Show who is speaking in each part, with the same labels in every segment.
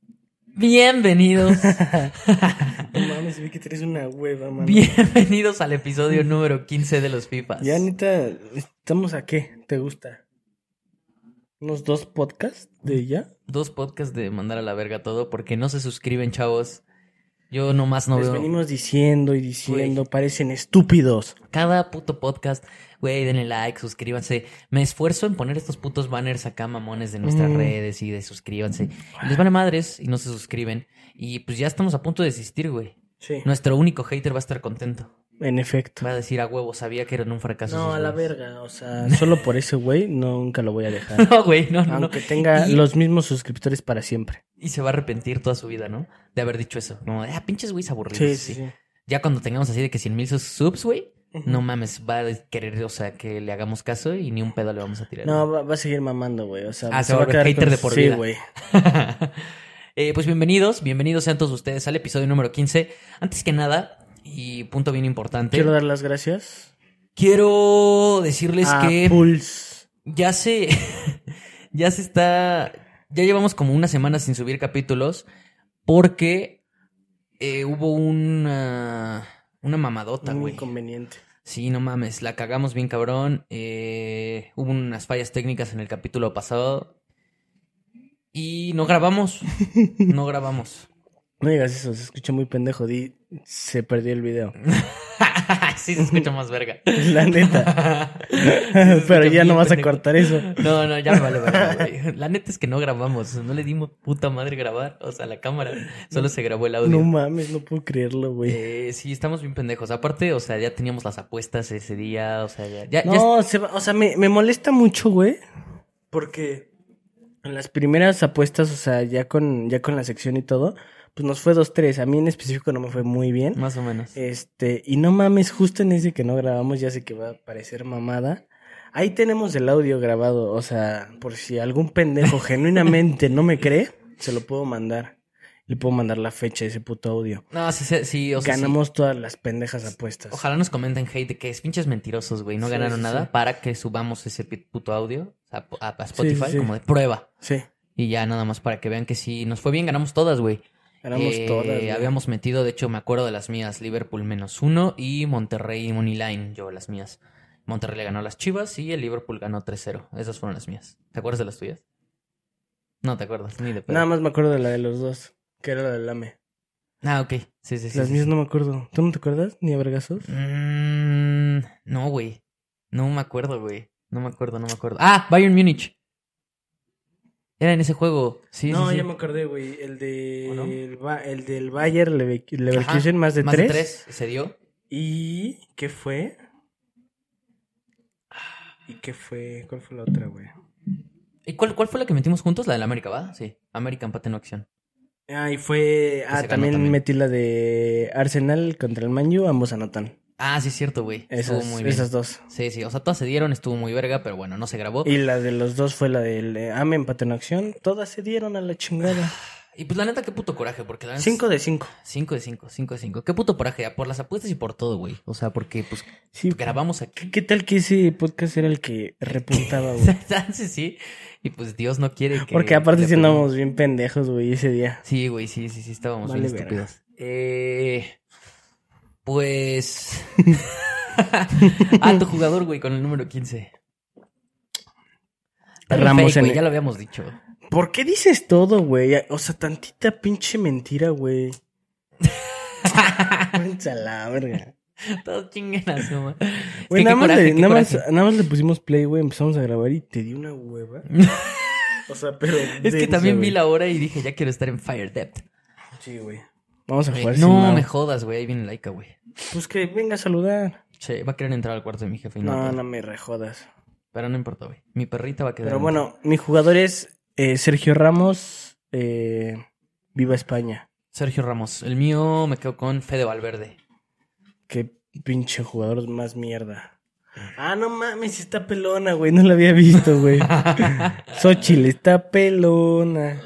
Speaker 1: Bienvenidos.
Speaker 2: No mames, vi que traes una hueva, mano.
Speaker 1: Bienvenidos al episodio número 15 de los Pipas.
Speaker 2: Ya, neta, ¿estamos a qué? ¿Te gusta? ¿Unos dos podcasts
Speaker 1: Mm,
Speaker 2: de ya?
Speaker 1: Dos podcasts de mandar a la verga todo porque no se suscriben, chavos. Yo nomás no
Speaker 2: Les
Speaker 1: veo
Speaker 2: venimos diciendo y diciendo, parecen estúpidos.
Speaker 1: cada puto podcast. Güey, denle like, suscríbanse. Me esfuerzo en poner estos putos banners acá, mamones, de nuestras
Speaker 2: Mm.
Speaker 1: redes y de suscríbanse. Y Les vale madres y no se suscriben. Y pues ya estamos a punto de desistir, güey.
Speaker 2: Sí.
Speaker 1: Nuestro único hater va a estar contento.
Speaker 2: En efecto.
Speaker 1: Va a decir a huevo, sabía que eran un fracaso.
Speaker 2: No,
Speaker 1: esos
Speaker 2: a la
Speaker 1: güeyes".
Speaker 2: verga, o sea, solo por ese güey nunca lo voy a dejar.
Speaker 1: No, güey, no, no. no.
Speaker 2: Aunque tenga
Speaker 1: Y-
Speaker 2: los mismos suscriptores para siempre.
Speaker 1: Y se va a arrepentir toda su vida, ¿no? De haber dicho eso. Como, de, ah, pinches güeyes aburridos.
Speaker 2: Sí,
Speaker 1: sí.
Speaker 2: sí, sí.
Speaker 1: Ya cuando tengamos así de que 100 mil subs, güey,
Speaker 2: Ujú.
Speaker 1: no mames, va a querer, o sea, que le hagamos caso y ni un pedo le vamos a tirar.
Speaker 2: No, va, va a seguir mamando, güey. O sea,
Speaker 1: Ah, se va a volver hater de por
Speaker 2: sí,
Speaker 1: vida.
Speaker 2: güey.
Speaker 1: Eh, pues bienvenidos, bienvenidos sean todos ustedes al episodio número 15. Antes que nada, y punto bien importante,
Speaker 2: Quiero
Speaker 1: quiero,
Speaker 2: dar las gracias
Speaker 1: decirles
Speaker 2: a
Speaker 1: que
Speaker 2: Pulse.
Speaker 1: ya se, ya se está, ya llevamos como una semana sin subir capítulos porque eh, hubo una, una mamadota,
Speaker 2: Un
Speaker 1: güey.
Speaker 2: inconveniente.
Speaker 1: Sí, no mames, la cagamos bien cabrón. Eh, hubo unas fallas técnicas en el capítulo pasado. Y no grabamos. No grabamos.
Speaker 2: No digas eso, se escucha muy pendejo. Di, se perdió el video.
Speaker 1: sí, se escucha más verga.
Speaker 2: La neta. Pero ya no vas a cortar eso.
Speaker 1: No, no, ya me vale verga, güey. La neta es que no grabamos. No le dimos puta madre grabar. O sea, la cámara. Solo se grabó el audio.
Speaker 2: No mames, no puedo creerlo, güey.
Speaker 1: Eh, sí, estamos bien pendejos. Aparte, o sea, ya teníamos las apuestas ese día. O sea, ya. ya- ya-
Speaker 2: No, se va- o sea, me, me molesta mucho, güey. Porque en las primeras apuestas, o sea, ya con, ya con la sección y todo, pues nos fue 2-3. A mí en específico no me fue muy bien.
Speaker 1: Más o menos.
Speaker 2: Este, y no mames, justo en ese que no grabamos, ya sé que va a parecer mamada. Ahí tenemos el audio grabado, o sea, por si algún pendejo genuinamente no me cree, se lo puedo mandar. Le puedo mandar la fecha de ese puto audio.
Speaker 1: No, sí, sí, sí, o sea, sí.
Speaker 2: Ganamos todas las pendejas apuestas.
Speaker 1: Ojalá nos comenten hate de que es pinches mentirosos, güey, no
Speaker 2: Sí,
Speaker 1: ganaron
Speaker 2: sí,
Speaker 1: nada
Speaker 2: sí.
Speaker 1: para que subamos ese pi- puto audio a, a- a
Speaker 2: Sí, sí,
Speaker 1: Spotify
Speaker 2: sí.
Speaker 1: como de prueba.
Speaker 2: Sí,
Speaker 1: Y ya nada más para que vean que sí, nos fue bien, ganamos todas, güey.
Speaker 2: ganamos
Speaker 1: Eh,
Speaker 2: todas. güey.
Speaker 1: Habíamos metido, de hecho, me acuerdo de las mías, Liverpool menos uno y Monterrey Moneyline, yo las mías. Monterrey le ganó a las Chivas y el Liverpool ganó 3-0. Esas fueron las mías. ¿Te acuerdas de las tuyas? No te acuerdas, ni de pedo.
Speaker 2: Nada más me acuerdo de la de los dos, que era la del Lame.
Speaker 1: Ah, ok. Sí, sí, sí.
Speaker 2: las
Speaker 1: sí,
Speaker 2: mías
Speaker 1: sí.
Speaker 2: no me acuerdo. ¿Tú no te acuerdas? ¿Ni a vergazos?
Speaker 1: Mm, no, güey. No me acuerdo, güey. No me acuerdo, no me acuerdo. Ah, Bayern Múnich. Era en ese juego. Sí,
Speaker 2: no,
Speaker 1: sí, sí.
Speaker 2: ya me acordé, güey. El, de...
Speaker 1: ¿O no?
Speaker 2: el, Ba- el del Bayer Leve- Leverkusen,
Speaker 1: Ajá,
Speaker 2: más de
Speaker 1: Más
Speaker 2: tres.
Speaker 1: de tres se dio.
Speaker 2: ¿Y qué fue? ¿Y qué fue? ¿Cuál fue la otra, güey?
Speaker 1: ¿Y cuál, cuál fue la que metimos juntos? La del América, ¿va? Sí. América empate no acción.
Speaker 2: Ah, y fue.
Speaker 1: se
Speaker 2: Ah,
Speaker 1: ganó
Speaker 2: también,
Speaker 1: también.
Speaker 2: metí la de Arsenal contra el Manju, ambos anotan.
Speaker 1: Ah, sí, es cierto, güey. Estuvo
Speaker 2: Esas,
Speaker 1: muy bien.
Speaker 2: esas dos.
Speaker 1: Sí, sí. O sea, todas se dieron, estuvo muy verga, pero bueno, no se grabó. Y,
Speaker 2: Y la de los dos fue la del eh, AME empate en acción. Todas se dieron a la chingada.
Speaker 1: pues la neta, qué puto coraje, porque la neta.
Speaker 2: Cinco de cinco.
Speaker 1: 5 de 5, 5 de 5. Qué puto coraje, por las apuestas y por todo, güey. O sea, porque pues
Speaker 2: Sí.
Speaker 1: grabamos aquí.
Speaker 2: ¿Qué, qué tal que ese podcast era el que repuntaba, güey?
Speaker 1: Ah, sí, sí. Y pues Dios no quiere que.
Speaker 2: Porque aparte
Speaker 1: que
Speaker 2: sí
Speaker 1: la-
Speaker 2: andábamos bien pendejos, güey, ese día.
Speaker 1: Sí, güey, sí, sí, sí, estábamos
Speaker 2: Vale
Speaker 1: bien
Speaker 2: verga.
Speaker 1: estúpidos. Eh, pues. ah, tu jugador, güey, con el número 15. Está bien
Speaker 2: Ramos
Speaker 1: fake, güey,
Speaker 2: en-
Speaker 1: ya lo habíamos dicho.
Speaker 2: ¿Por qué dices todo, güey? O sea, tantita pinche mentira, güey. Váyanse a la verga.
Speaker 1: Todos chinguen a su madre. Es que qué
Speaker 2: Güey, nada, más
Speaker 1: coraje,
Speaker 2: le,
Speaker 1: qué
Speaker 2: nada, más,
Speaker 1: coraje.
Speaker 2: nada más le pusimos play, güey, empezamos a grabar y te di una hueva. o sea, pero...
Speaker 1: Es que también vi la hora y dije, ya quiero estar en Fire Depth.
Speaker 2: Sí, güey. Vamos a
Speaker 1: Eh,
Speaker 2: jugar sin
Speaker 1: no
Speaker 2: nada.
Speaker 1: me jodas, güey, ahí viene Laika, güey.
Speaker 2: Pues que venga a saludar.
Speaker 1: Che, va a querer entrar al cuarto de mi jefe y no.
Speaker 2: No,
Speaker 1: puede.
Speaker 2: no me rejodas.
Speaker 1: Pero no importa, güey. Mi perrita va a quedar.
Speaker 2: Pero
Speaker 1: en-
Speaker 2: bueno, mi jugador es eh, Sergio Ramos, eh, Viva España.
Speaker 1: Sergio Ramos. El mío me quedo con Fede Valverde.
Speaker 2: Qué pinche jugador más mierda. Ah, no mames, está pelona, güey. No la había visto, güey. Xochitl está pelona.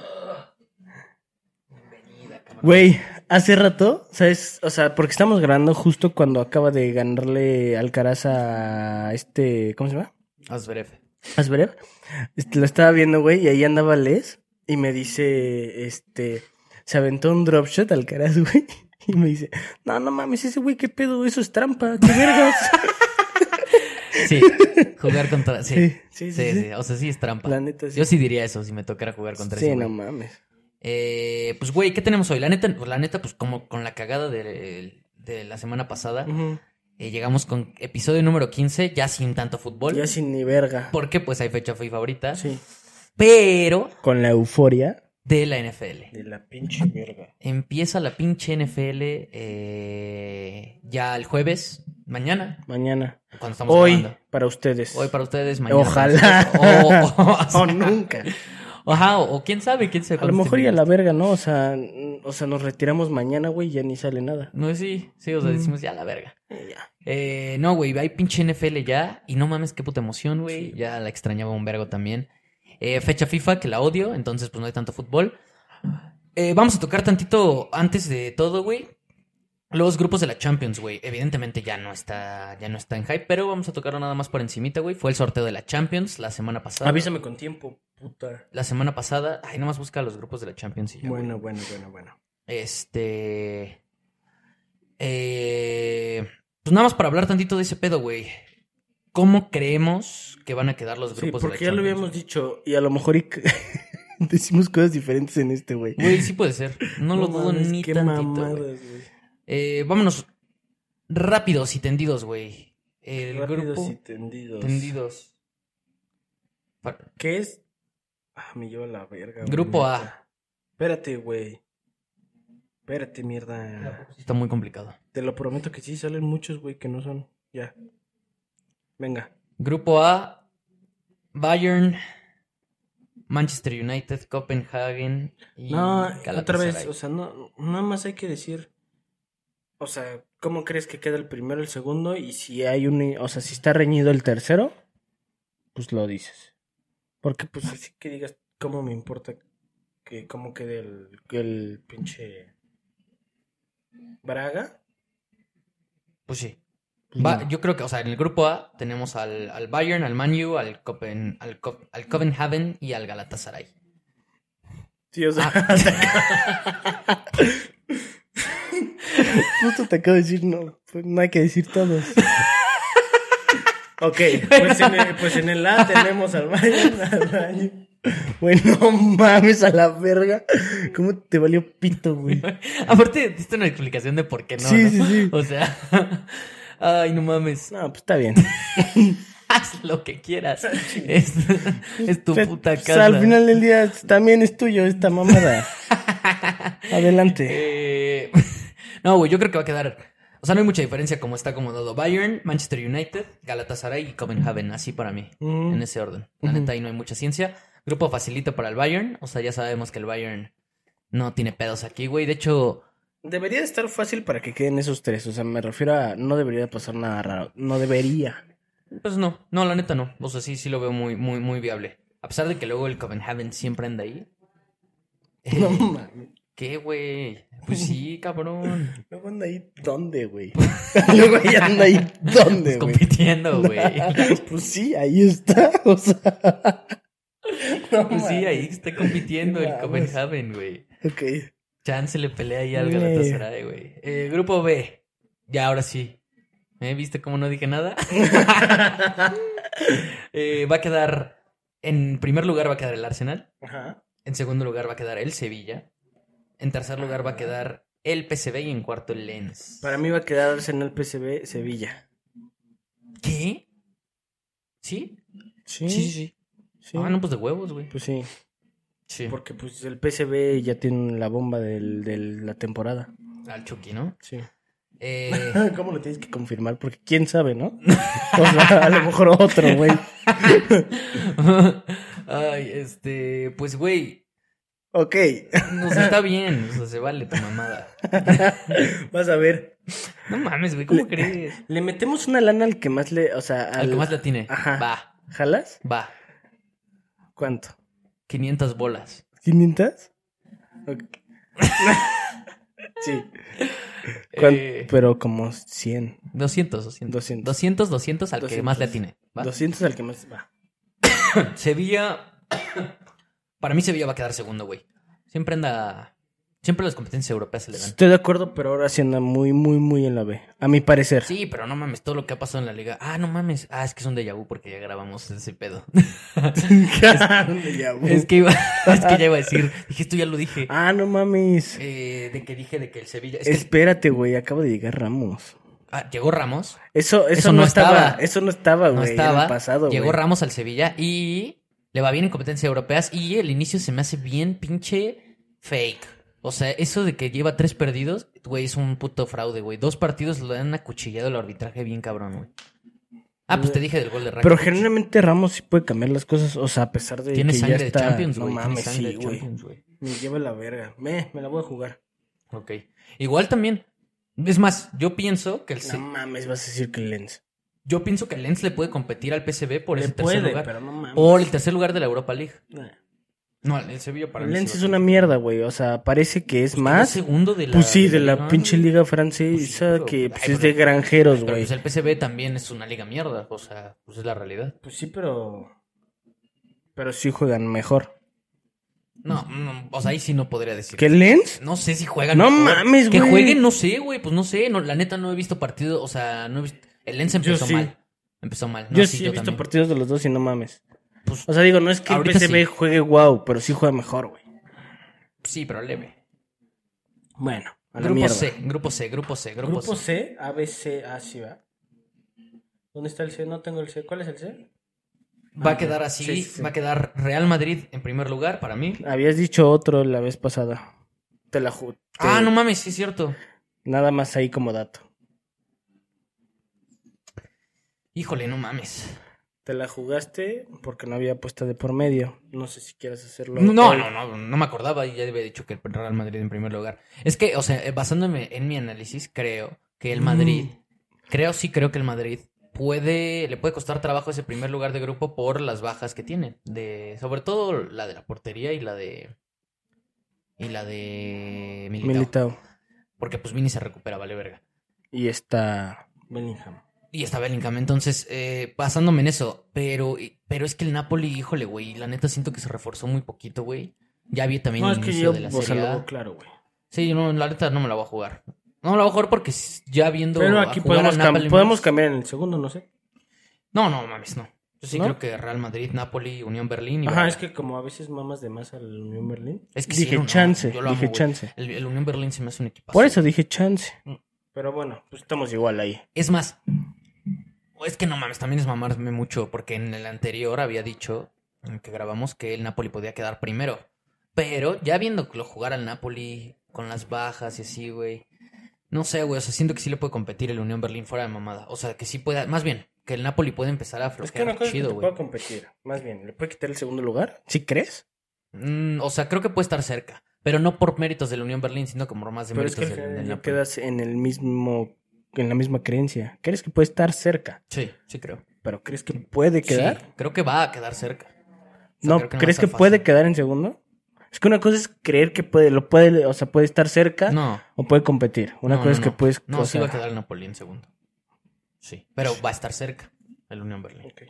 Speaker 2: Güey, hace rato, ¿sabes? O sea, porque estamos grabando justo cuando acaba de ganarle Alcaraz a este. ¿Cómo se llama?
Speaker 1: Asberev.
Speaker 2: Asverev. Este, lo estaba viendo, güey, y ahí andaba Les y me dice, este. se aventó un drop shot al caras, güey. Y me dice, no, no mames, ese güey, qué pedo, eso es trampa, qué vergas.
Speaker 1: Sí, jugar contra. Sí.
Speaker 2: Sí,
Speaker 1: Sí,
Speaker 2: sí,
Speaker 1: sí,
Speaker 2: sí, sí.
Speaker 1: O sea, sí es trampa.
Speaker 2: La neta, sí.
Speaker 1: Yo sí diría eso si me tocara jugar contra
Speaker 2: sí,
Speaker 1: ese
Speaker 2: no
Speaker 1: güey.
Speaker 2: mames.
Speaker 1: Eh, pues, güey, ¿qué tenemos hoy? La neta, la neta pues, como con la cagada de, de la semana pasada,
Speaker 2: Ujú.
Speaker 1: eh, llegamos con episodio número 15, ya sin tanto fútbol.
Speaker 2: Ya sin ni verga.
Speaker 1: Porque, pues, hay fecha FIFA ahorita.
Speaker 2: Sí.
Speaker 1: Pero,
Speaker 2: Con la euforia.
Speaker 1: de la NFL.
Speaker 2: De la pinche verga.
Speaker 1: Empieza la pinche NFL eh, ya el jueves, mañana,
Speaker 2: Mañana.
Speaker 1: cuando estamos
Speaker 2: Hoy,
Speaker 1: grabando.
Speaker 2: para ustedes.
Speaker 1: Hoy para ustedes, mañana. para ustedes.
Speaker 2: Ojalá.
Speaker 1: O, o- o sea,
Speaker 2: O nunca.
Speaker 1: ajá, o, o quién sabe, quién sabe.
Speaker 2: A lo
Speaker 1: cuándo
Speaker 2: mejor y a
Speaker 1: estén
Speaker 2: la verga, ¿no? O sea, n- o sea, nos retiramos mañana, güey, y ya ni sale nada.
Speaker 1: No, sí, sí, o sea,
Speaker 2: Mm.
Speaker 1: decimos ya la verga.
Speaker 2: Y ya.
Speaker 1: Eh, no, güey, hay pinche NFL ya. Y no mames, qué puta emoción, güey.
Speaker 2: Sí.
Speaker 1: Ya la extrañaba un vergo también. Eh, fecha FIFA, que la odio, entonces pues no hay tanto fútbol. Eh, vamos a tocar tantito antes de todo, güey. Los grupos de la Champions, güey. Evidentemente ya no está, ya no está en hype, pero vamos a tocarlo nada más por encimita, güey. Fue el sorteo de la Champions la semana pasada.
Speaker 2: Avísame con tiempo, puta.
Speaker 1: La semana pasada. Ay, nomás busca los grupos de la Champions y ya. güey.
Speaker 2: Bueno, bueno, bueno, bueno.
Speaker 1: Este. eh, pues nada más para hablar tantito de ese pedo, güey. ¿Cómo creemos que van a quedar los
Speaker 2: Sí,
Speaker 1: grupos de la
Speaker 2: porque ya lo
Speaker 1: Champions,
Speaker 2: habíamos dicho y a lo mejor y c- decimos cosas diferentes en este, güey.
Speaker 1: güey? Güey, sí puede ser. No, lo dudo
Speaker 2: mames,
Speaker 1: ni
Speaker 2: qué
Speaker 1: tantito.
Speaker 2: mamadas,
Speaker 1: güey.
Speaker 2: güey.
Speaker 1: Eh, vámonos rápidos y tendidos, güey. El
Speaker 2: Rápidos
Speaker 1: grupo.
Speaker 2: y tendidos.
Speaker 1: Tendidos. Pa-
Speaker 2: ¿Qué es? Ah, me lleva la verga. güey,
Speaker 1: Grupo
Speaker 2: neta.
Speaker 1: A.
Speaker 2: Espérate, güey. Espérate, mierda.
Speaker 1: Está muy complicado.
Speaker 2: Te lo prometo que sí salen muchos, güey, que no son. Ya. Venga.
Speaker 1: Grupo A. Bayern. Manchester United, Copenhagen y
Speaker 2: No, otra vez,
Speaker 1: Galatasaray.
Speaker 2: o sea, no, nada más hay que decir, o sea, ¿cómo crees que queda el primero, el segundo? Y si hay un, o sea, si está reñido el tercero, pues lo dices. Porque pues así que digas, ¿cómo me importa que cómo quede el, el pinche Braga?
Speaker 1: Pues sí.
Speaker 2: Pues,
Speaker 1: Va-
Speaker 2: no.
Speaker 1: Yo creo que, o sea, en el grupo A tenemos al, al Bayern, al Man U, al, Copen, al, Co- al Copenhagen y al Galatasaray.
Speaker 2: Sí, o sea, Ah, justo te acabo de decir, no, pues, no hay que decir todos. ok, pues en, el, pues en el A tenemos al Bayern, al Bayern. Bueno, mames a la verga. ¿Cómo te valió pito, güey?
Speaker 1: Aparte, diste una explicación de por qué no.
Speaker 2: Sí,
Speaker 1: ¿no?
Speaker 2: sí, sí.
Speaker 1: O sea, ay, no mames.
Speaker 2: No, pues está bien.
Speaker 1: Haz lo que quieras. Es, es tu
Speaker 2: Pues,
Speaker 1: puta
Speaker 2: pues,
Speaker 1: casa.
Speaker 2: al final del día también es tuyo esta mamada. Adelante.
Speaker 1: Eh, no, güey, yo creo que va a quedar. O sea, no hay mucha diferencia como está acomodado Bayern, Manchester United, Galatasaray y Copenhagen. Así para mí.
Speaker 2: Mm,
Speaker 1: en ese orden. La
Speaker 2: Ujú.
Speaker 1: neta, ahí no hay mucha ciencia. Grupo facilito para el Bayern. O sea, ya sabemos que el Bayern no tiene pedos aquí, güey. De hecho,
Speaker 2: Debería de estar fácil para que queden esos tres. O sea, me refiero a no debería pasar nada raro. No debería.
Speaker 1: pues no. No, la neta no. O sea, sí, sí lo veo muy, muy, muy viable. A pesar de que luego el Copenhagen siempre anda ahí.
Speaker 2: No mames.
Speaker 1: ¿Qué, güey? Pues sí, cabrón.
Speaker 2: Luego anda ahí dónde, güey. Luego ahí anda ahí dónde,
Speaker 1: Pues
Speaker 2: güey.
Speaker 1: compitiendo, güey.
Speaker 2: pues sí, ahí está. O sea. No,
Speaker 1: Pues sí,
Speaker 2: mames.
Speaker 1: ahí está compitiendo el
Speaker 2: Vamos.
Speaker 1: Copenhagen, güey.
Speaker 2: Ok.
Speaker 1: Chance le pelea ahí al
Speaker 2: Güey.
Speaker 1: Galatasaray, güey. Eh, grupo B. Ya, ahora sí. ¿Eh? ¿Viste cómo no dije nada? Eh, va a quedar. En primer lugar va a quedar el Arsenal.
Speaker 2: Ajá.
Speaker 1: En segundo lugar va a quedar el Sevilla. En tercer lugar va a quedar el PSV y en cuarto el Lens.
Speaker 2: Para mí va a quedar Arsenal PCB Sevilla.
Speaker 1: ¿Qué? ¿Sí?
Speaker 2: Sí,
Speaker 1: sí. Ah, no, pues de huevos, güey.
Speaker 2: Pues sí.
Speaker 1: Sí.
Speaker 2: Porque pues el PCB ya tiene la bomba del- de la temporada.
Speaker 1: Al Chucky, ¿no?
Speaker 2: Sí.
Speaker 1: Eh,
Speaker 2: ¿Cómo lo tienes que confirmar? Porque quién sabe, ¿no? O sea, a lo mejor otro, güey.
Speaker 1: Ay, este. Pues, güey.
Speaker 2: Ok.
Speaker 1: Nos está bien. O sea, se vale tu mamada.
Speaker 2: Vas a ver.
Speaker 1: No mames, güey. ¿Cómo crees?
Speaker 2: Le metemos una lana al que más le. O sea, al.
Speaker 1: Al que más la tiene.
Speaker 2: Ajá.
Speaker 1: Va,
Speaker 2: ¿Jalas?
Speaker 1: va.
Speaker 2: ¿Cuánto?
Speaker 1: 500 bolas.
Speaker 2: ¿500? Ok. sí. ¿Cuán- Pues,
Speaker 1: Eh,
Speaker 2: Pero como 100.
Speaker 1: 200, 200.
Speaker 2: 200.
Speaker 1: 200, 200 al que
Speaker 2: 200.
Speaker 1: más le atine. ¿va?
Speaker 2: 200 al que más va.
Speaker 1: Sevilla. Para mí, Sevilla va a quedar segundo, güey. Siempre anda. Siempre las competencias europeas se le dan.
Speaker 2: Estoy de acuerdo, pero ahora sí anda muy, muy, muy en la B. A mi parecer.
Speaker 1: Sí, pero no mames, todo lo que ha pasado en la liga. Ah, no mames. Ah, es que es un déjà vu porque ya grabamos ese pedo.
Speaker 2: Ya, güey.
Speaker 1: es, que iba, es que ya iba a decir. Dije, esto ya lo dije.
Speaker 2: Ah, no mames.
Speaker 1: Eh, de que dije de que el Sevilla. Es que-
Speaker 2: Espérate, güey. Acaba de llegar Ramos.
Speaker 1: ah, llegó Ramos.
Speaker 2: Eso, eso,
Speaker 1: Eso
Speaker 2: no,
Speaker 1: no
Speaker 2: estaba.
Speaker 1: estaba.
Speaker 2: Eso no estaba, güey.
Speaker 1: no
Speaker 2: era el
Speaker 1: estaba.
Speaker 2: pasado,
Speaker 1: llegó
Speaker 2: güey.
Speaker 1: Ramos al Sevilla y le va bien en competencias europeas y el inicio se me hace bien pinche fake. O sea, eso de que lleva tres perdidos, güey, es un puto fraude, güey. Dos partidos lo han acuchillado el arbitraje bien cabrón, güey. Ah, pues te dije del gol de Rakitic.
Speaker 2: Pero genuinamente Ramos sí puede cambiar las cosas. O sea, a pesar de
Speaker 1: Tiene
Speaker 2: que
Speaker 1: sangre
Speaker 2: ya
Speaker 1: de
Speaker 2: está.
Speaker 1: Champions,
Speaker 2: no
Speaker 1: güey. Tiene
Speaker 2: mames,
Speaker 1: sangre de
Speaker 2: sí, güey.
Speaker 1: Champions, güey.
Speaker 2: Me lleva la verga. Me, me la voy a jugar.
Speaker 1: Ok. Igual también. Es más, yo pienso que el
Speaker 2: No
Speaker 1: se-
Speaker 2: mames, vas a decir que Lens.
Speaker 1: yo pienso que el Lens le puede competir al PSV por
Speaker 2: Le
Speaker 1: ese tercer
Speaker 2: puede,
Speaker 1: lugar. Oh,
Speaker 2: pero no mames.
Speaker 1: Por el tercer lugar de la Europa League.
Speaker 2: Nah.
Speaker 1: No, el Sevilla para mí
Speaker 2: Lens
Speaker 1: sí
Speaker 2: es
Speaker 1: va a
Speaker 2: una mierda, güey. O sea, parece que es
Speaker 1: Pues quedó
Speaker 2: más.
Speaker 1: segundo de la,
Speaker 2: Ah,
Speaker 1: Ah,
Speaker 2: Pues sí, de
Speaker 1: no,
Speaker 2: la pinche
Speaker 1: güey.
Speaker 2: liga francesa
Speaker 1: pero-
Speaker 2: que pues,
Speaker 1: ay,
Speaker 2: es
Speaker 1: pero-
Speaker 2: de granjeros,
Speaker 1: Pero
Speaker 2: güey.
Speaker 1: pues el PCB también es una liga mierda, o sea, pues es la realidad.
Speaker 2: Pues sí, pero. Pero sí juegan mejor.
Speaker 1: No, no, o sea, ahí sí no podría decir.
Speaker 2: ¿Qué Lens?
Speaker 1: No sé si juegan.
Speaker 2: No
Speaker 1: mejor.
Speaker 2: mames,
Speaker 1: Que
Speaker 2: güey.
Speaker 1: jueguen, no sé, güey, pues no sé, no, la neta no he visto partido, o sea, no he visto... El Lens empezó
Speaker 2: sí.
Speaker 1: mal. Empezó mal. No,
Speaker 2: yo sí, he visto
Speaker 1: también.
Speaker 2: partidos de los dos y no mames.
Speaker 1: Pues,
Speaker 2: O sea, digo, no es que el
Speaker 1: Ahorita
Speaker 2: PSV
Speaker 1: sí.
Speaker 2: juegue wow, pero sí juega mejor, güey.
Speaker 1: sí, pero leve.
Speaker 2: Bueno, a la
Speaker 1: Grupo
Speaker 2: mierda.
Speaker 1: C, grupo C, grupo C, grupo,
Speaker 2: Grupo
Speaker 1: C.
Speaker 2: C, A, B, C, A, sí, va. ¿Dónde está el C? No tengo el C. ¿Cuál es el C?
Speaker 1: Va a quedar así,
Speaker 2: Sí, sí, sí.
Speaker 1: va a quedar Real Madrid en primer lugar para mí.
Speaker 2: Habías dicho otro la vez pasada. Te la ju- te-
Speaker 1: Ah, no mames, sí es cierto.
Speaker 2: Nada más ahí como dato.
Speaker 1: Híjole, no mames.
Speaker 2: Te la jugaste porque no había apuesta de por medio. No sé si quieres hacerlo.
Speaker 1: No,
Speaker 2: hoy.
Speaker 1: no, no, no me acordaba y ya había dicho que el Real Madrid en primer lugar. Es que, o sea, eh, basándome en mi análisis, creo que
Speaker 2: Mm.
Speaker 1: el Madrid, creo, sí creo que el Madrid puede, le puede costar trabajo ese primer lugar de grupo por las bajas que tiene, de, sobre todo la de la portería y la de, y la de Militao.
Speaker 2: Militao.
Speaker 1: Porque pues Vini se recupera, vale verga.
Speaker 2: Y está. Bellingham.
Speaker 1: Y está Bellingham, entonces, eh, basándome en eso, pero, pero es que el Napoli, híjole, güey, la neta siento que se reforzó muy poquito, güey. Ya vi también
Speaker 2: No,
Speaker 1: el
Speaker 2: es que
Speaker 1: inicio
Speaker 2: yo,
Speaker 1: de la
Speaker 2: o sea,
Speaker 1: Serie
Speaker 2: lo
Speaker 1: A.
Speaker 2: veo claro, güey.
Speaker 1: Sí, no, la neta no me la voy a jugar. No me la voy a jugar porque s- ya viendo.
Speaker 2: Pero
Speaker 1: a
Speaker 2: aquí
Speaker 1: jugar
Speaker 2: podemos,
Speaker 1: a
Speaker 2: cam-
Speaker 1: Napoli-
Speaker 2: podemos cambiar en el segundo, no sé.
Speaker 1: No, no, mames, no. Yo sí
Speaker 2: ¿No?
Speaker 1: creo que Real Madrid, Napoli, Unión Berlín. Y
Speaker 2: Ajá,
Speaker 1: Braga.
Speaker 2: es que como a veces mamas de más al Unión Berlín.
Speaker 1: Es que sí,
Speaker 2: dije
Speaker 1: no, no,
Speaker 2: chance,
Speaker 1: yo lo amo,
Speaker 2: dije
Speaker 1: güey.
Speaker 2: chance.
Speaker 1: El, el Unión Berlín se me hace un equipazo.
Speaker 2: Por eso dije chance.
Speaker 1: Mm.
Speaker 2: Pero bueno, pues estamos igual ahí.
Speaker 1: Es más. o Es que no mames, también es mamarme mucho porque en el anterior había dicho en el que grabamos que el Napoli podía quedar primero. Pero ya viendo que lo jugar al Napoli con las bajas y así, güey. No sé, güey. O sea, siento que sí le puede competir el Unión Berlín fuera de mamada. O sea, que sí pueda. Más bien, que el Napoli puede empezar a
Speaker 2: es que
Speaker 1: flojear
Speaker 2: una cosa es que
Speaker 1: chido,
Speaker 2: te
Speaker 1: güey.
Speaker 2: pueda competir. Más bien, ¿le puede quitar el segundo lugar? ¿Sí crees?
Speaker 1: Mm, o sea, creo que puede estar cerca. Pero no por méritos de la Unión Berlín, sino como por más de
Speaker 2: Pero es que
Speaker 1: méritos
Speaker 2: al
Speaker 1: del,
Speaker 2: final
Speaker 1: del
Speaker 2: ya
Speaker 1: Napoli.
Speaker 2: quedas en el mismo, en la misma creencia. ¿Crees que puede estar cerca?
Speaker 1: Sí, sí creo.
Speaker 2: ¿Pero crees que puede quedar?
Speaker 1: Sí, creo que va a quedar cerca. O sea,
Speaker 2: no,
Speaker 1: creo no va a
Speaker 2: ¿crees que
Speaker 1: estar
Speaker 2: puede
Speaker 1: fácil.
Speaker 2: quedar en segundo? Es que una cosa es creer que puede, lo puede, o sea, puede estar cerca
Speaker 1: No.
Speaker 2: o puede competir. Una
Speaker 1: no,
Speaker 2: cosa
Speaker 1: no,
Speaker 2: es que
Speaker 1: no.
Speaker 2: puedes
Speaker 1: No,
Speaker 2: o
Speaker 1: sí va a
Speaker 2: sea,
Speaker 1: quedar el Napoli en segundo. Sí, pero va a estar cerca el Unión Berlín.
Speaker 2: ok.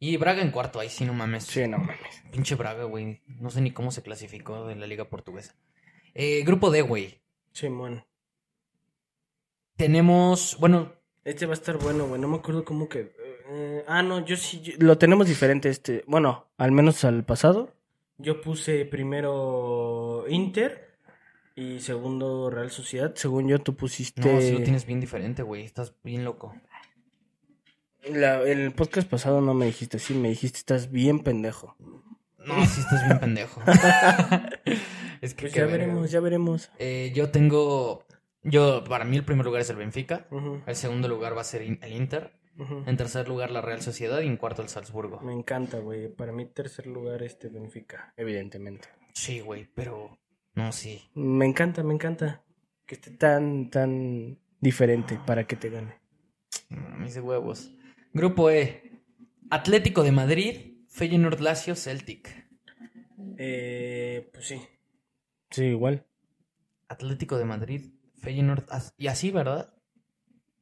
Speaker 1: Y Braga en cuarto, ahí sí no mames.
Speaker 2: Sí, no mames.
Speaker 1: Pinche Braga, güey. No sé ni cómo se clasificó de la Liga Portuguesa. Eh, grupo D, güey.
Speaker 2: Simón.
Speaker 1: Tenemos, bueno,
Speaker 2: Este va a estar bueno, güey. No me acuerdo cómo que. eh, ah, no, yo sí. yo- lo tenemos diferente este. Bueno, al menos al pasado. Yo puse primero Inter y segundo Real Sociedad. Según yo, tú pusiste.
Speaker 1: no, si lo tienes bien diferente, güey. Estás bien loco.
Speaker 2: La- el podcast pasado no me dijiste así, me dijiste estás bien pendejo.
Speaker 1: No, sí estás bien pendejo. es que
Speaker 2: Pues
Speaker 1: qué
Speaker 2: ya
Speaker 1: verga,
Speaker 2: veremos,
Speaker 1: güey.
Speaker 2: ya veremos.
Speaker 1: Eh, yo tengo, yo, para mí el primer lugar es el Benfica. El segundo lugar va a ser in- el Inter. En tercer lugar la Real Sociedad y en cuarto el Salzburgo.
Speaker 2: Me encanta, güey. Para mí tercer lugar este Benfica, evidentemente.
Speaker 1: Sí, güey, pero. No, sí.
Speaker 2: Me encanta, me encanta que esté tan, tan diferente para que te gane.
Speaker 1: Mm, Me hice huevos. Grupo E: Atlético de Madrid, Feyenoord Lazio, Celtic.
Speaker 2: Eh, pues sí. Sí, igual.
Speaker 1: Atlético de Madrid, Feyenoord. as- Y así, ¿verdad?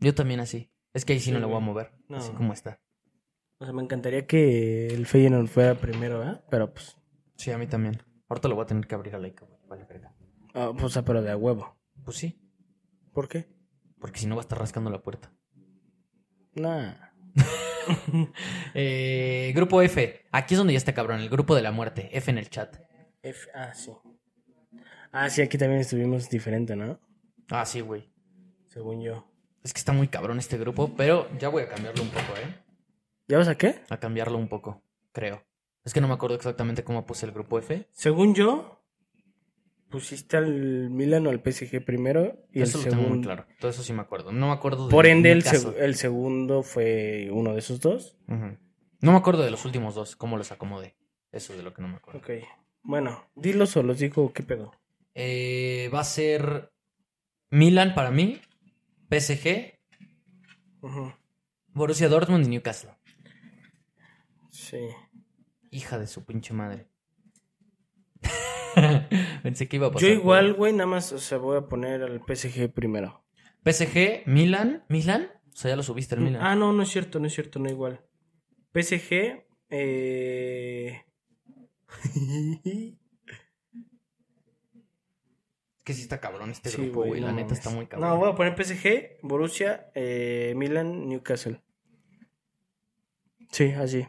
Speaker 1: Yo también así. Es que ahí sí,
Speaker 2: Sí,
Speaker 1: no la voy a
Speaker 2: güey.
Speaker 1: mover.
Speaker 2: No.
Speaker 1: Así como está.
Speaker 2: O sea, me encantaría que el Feyenoord fuera primero, ¿ah? Pero pues,
Speaker 1: Sí, a mí también. Ahorita lo voy a tener que abrir a Laika, güey. Vale, verga.
Speaker 2: Ah, o sea, pero de a huevo.
Speaker 1: Pues sí,
Speaker 2: ¿Por qué?
Speaker 1: porque si no va a estar rascando la puerta.
Speaker 2: Nah.
Speaker 1: Eh, grupo F. Aquí es donde ya está cabrón, el grupo de la muerte. F en el chat.
Speaker 2: F- ah, sí. Ah, sí, aquí también estuvimos diferente, ¿no?
Speaker 1: Ah, sí, güey.
Speaker 2: Según yo.
Speaker 1: Es que está muy cabrón este grupo, pero ya voy a cambiarlo un poco, ¿eh?
Speaker 2: ¿Ya vas a qué?
Speaker 1: A cambiarlo un poco, creo. Es que no me acuerdo exactamente cómo puse el grupo F.
Speaker 2: Según yo, pusiste al Milan o al PSG primero y
Speaker 1: eso
Speaker 2: el
Speaker 1: lo tengo muy
Speaker 2: segundo.
Speaker 1: claro. Todo eso sí me acuerdo. No me acuerdo de
Speaker 2: Por ende, el,
Speaker 1: caso.
Speaker 2: seg- el segundo fue uno de esos dos.
Speaker 1: Ujú. No me acuerdo de los últimos dos, cómo los acomodé. Eso es de lo que no me acuerdo.
Speaker 2: Ok. Bueno, dilos o los digo qué pedo.
Speaker 1: Eh, va a ser Milan para mí, PSG,
Speaker 2: Ujú.
Speaker 1: Borussia Dortmund y Newcastle.
Speaker 2: Sí.
Speaker 1: Hija de su pinche madre. Pensé que iba a pasar.
Speaker 2: Yo
Speaker 1: por-
Speaker 2: igual, güey, nada más, o sea, voy a poner al PSG primero.
Speaker 1: PSG, Milan, Milan. O sea, ya lo subiste el Milan.
Speaker 2: Ah, no, no es cierto, no es cierto, no igual. PSG, eh...
Speaker 1: Es que sí está cabrón este
Speaker 2: Sí,
Speaker 1: grupo, güey.
Speaker 2: güey,
Speaker 1: La
Speaker 2: no
Speaker 1: neta
Speaker 2: mames.
Speaker 1: está muy cabrón.
Speaker 2: No, voy a poner PSG, Borussia, eh, Milan, Newcastle. Sí, así.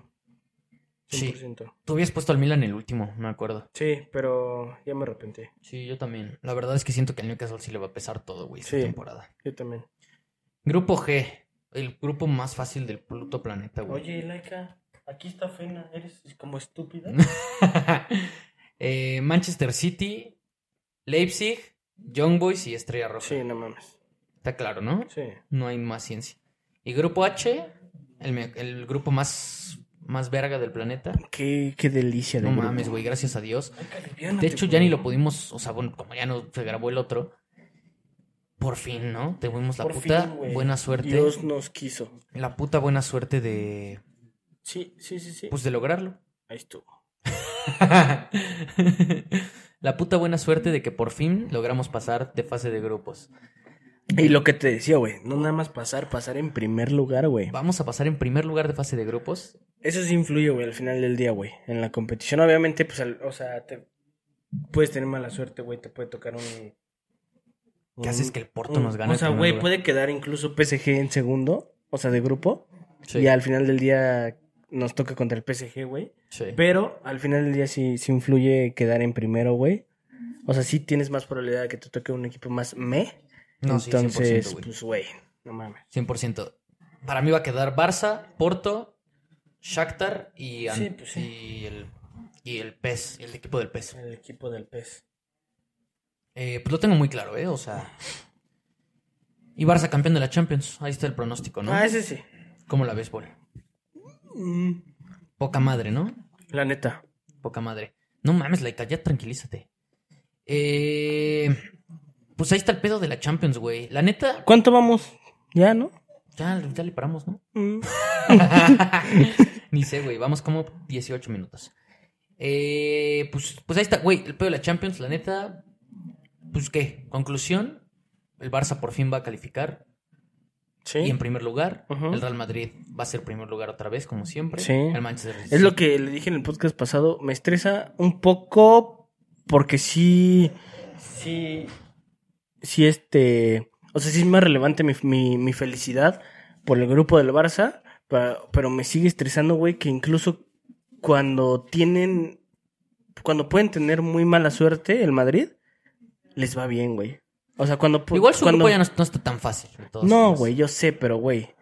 Speaker 1: Sí.
Speaker 2: 100%.
Speaker 1: Tú habías puesto al Milan el último, me acuerdo.
Speaker 2: Sí, pero ya me arrepentí.
Speaker 1: Sí, yo también. La verdad es que siento que al Newcastle sí le va a pesar todo, güey, esta
Speaker 2: Sí.
Speaker 1: temporada.
Speaker 2: Yo también.
Speaker 1: Grupo G. El grupo más fácil del pluto planeta, güey.
Speaker 2: Oye, Laika, aquí está Fena, eres como estúpida.
Speaker 1: Eh, Manchester City, Leipzig, Young Boys y Estrella Roja.
Speaker 2: Sí, no mames.
Speaker 1: Está claro, ¿no?
Speaker 2: Sí.
Speaker 1: No hay más ciencia. Y Grupo H, el, me- el grupo más, más verga del planeta.
Speaker 2: Qué, qué delicia de
Speaker 1: No
Speaker 2: grupo.
Speaker 1: mames, güey, gracias a Dios.
Speaker 2: Laika,
Speaker 1: De
Speaker 2: aliviánate,
Speaker 1: hecho, ya
Speaker 2: güey.
Speaker 1: ni lo pudimos, o sea, bueno, como ya no se grabó el otro. Por fin, ¿no? Tuvimos la
Speaker 2: Por
Speaker 1: puta
Speaker 2: fin, güey.
Speaker 1: buena suerte.
Speaker 2: Dios nos quiso.
Speaker 1: La puta buena suerte de.
Speaker 2: Sí, sí, sí, sí.
Speaker 1: Pues de lograrlo.
Speaker 2: Ahí estuvo.
Speaker 1: la puta buena suerte de que por fin logramos pasar de fase de grupos.
Speaker 2: Y lo que te decía, güey, no nada más pasar, pasar en primer lugar, güey.
Speaker 1: Vamos a pasar en primer lugar de fase de grupos.
Speaker 2: Eso sí influye, güey, al final del día, güey, en la competición. Obviamente, pues, al- o sea, te puedes tener mala suerte, güey, te puede tocar un...
Speaker 1: ¿Qué
Speaker 2: un-
Speaker 1: haces que el Porto
Speaker 2: un-
Speaker 1: nos gane?
Speaker 2: Mm, O sea,
Speaker 1: en primer
Speaker 2: güey,
Speaker 1: lugar?
Speaker 2: puede quedar incluso PSG en segundo, o sea, de grupo.
Speaker 1: Sí,
Speaker 2: Y al final del día nos toca contra el PSG, güey.
Speaker 1: sí.
Speaker 2: Pero al final del día sí, sí influye quedar en primero, güey. O sea, sí tienes más probabilidad de que te toque un equipo más me.
Speaker 1: No, sí,
Speaker 2: Entonces,
Speaker 1: 100%, güey.
Speaker 2: pues, güey, no mames.
Speaker 1: 100%. Para mí va a quedar Barça, Porto, Shakhtar y, An-
Speaker 2: Sí, pues sí.
Speaker 1: y el, y el PES, el equipo del PES.
Speaker 2: El equipo del PES.
Speaker 1: Eh, pues lo tengo muy claro, ¿eh? O sea... Y Barça campeón de la Champions. Ahí está el pronóstico, ¿no?
Speaker 2: Ah, ese sí.
Speaker 1: Como la béisbol.
Speaker 2: Mm,
Speaker 1: Poca madre, ¿no?
Speaker 2: la neta.
Speaker 1: Poca madre. No mames, Laika, ya tranquilízate. Eh, pues ahí está el pedo de la Champions, güey. La neta,
Speaker 2: ¿Cuánto vamos? Ya, ¿no?
Speaker 1: ya, ya le paramos, ¿no?
Speaker 2: Mm.
Speaker 1: Ni sé, güey. Vamos como 18 minutos. Eh, pues, pues ahí está, güey. El pedo de la Champions, la neta. Pues qué, conclusión. El Barça por fin va a calificar.
Speaker 2: Sí.
Speaker 1: Y en primer lugar,
Speaker 2: Ujú.
Speaker 1: el Real Madrid va a ser primer lugar otra vez, como siempre.
Speaker 2: Sí.
Speaker 1: El Manchester City.
Speaker 2: Es lo que le dije en el podcast pasado. Me estresa un poco porque sí. Sí. Sí, este. O sea, sí es más relevante mi, mi- mi felicidad por el grupo del Barça. pa- Pero me sigue estresando, güey, que incluso cuando tienen. Cuando pueden tener muy mala suerte el Madrid, les va bien, güey. O sea, cuando. pu-
Speaker 1: Igual su
Speaker 2: pues, cuando...
Speaker 1: grupo ya no, pues. no está tan fácil. de todas
Speaker 2: No,
Speaker 1: formas.
Speaker 2: güey, yo sé, pero güey.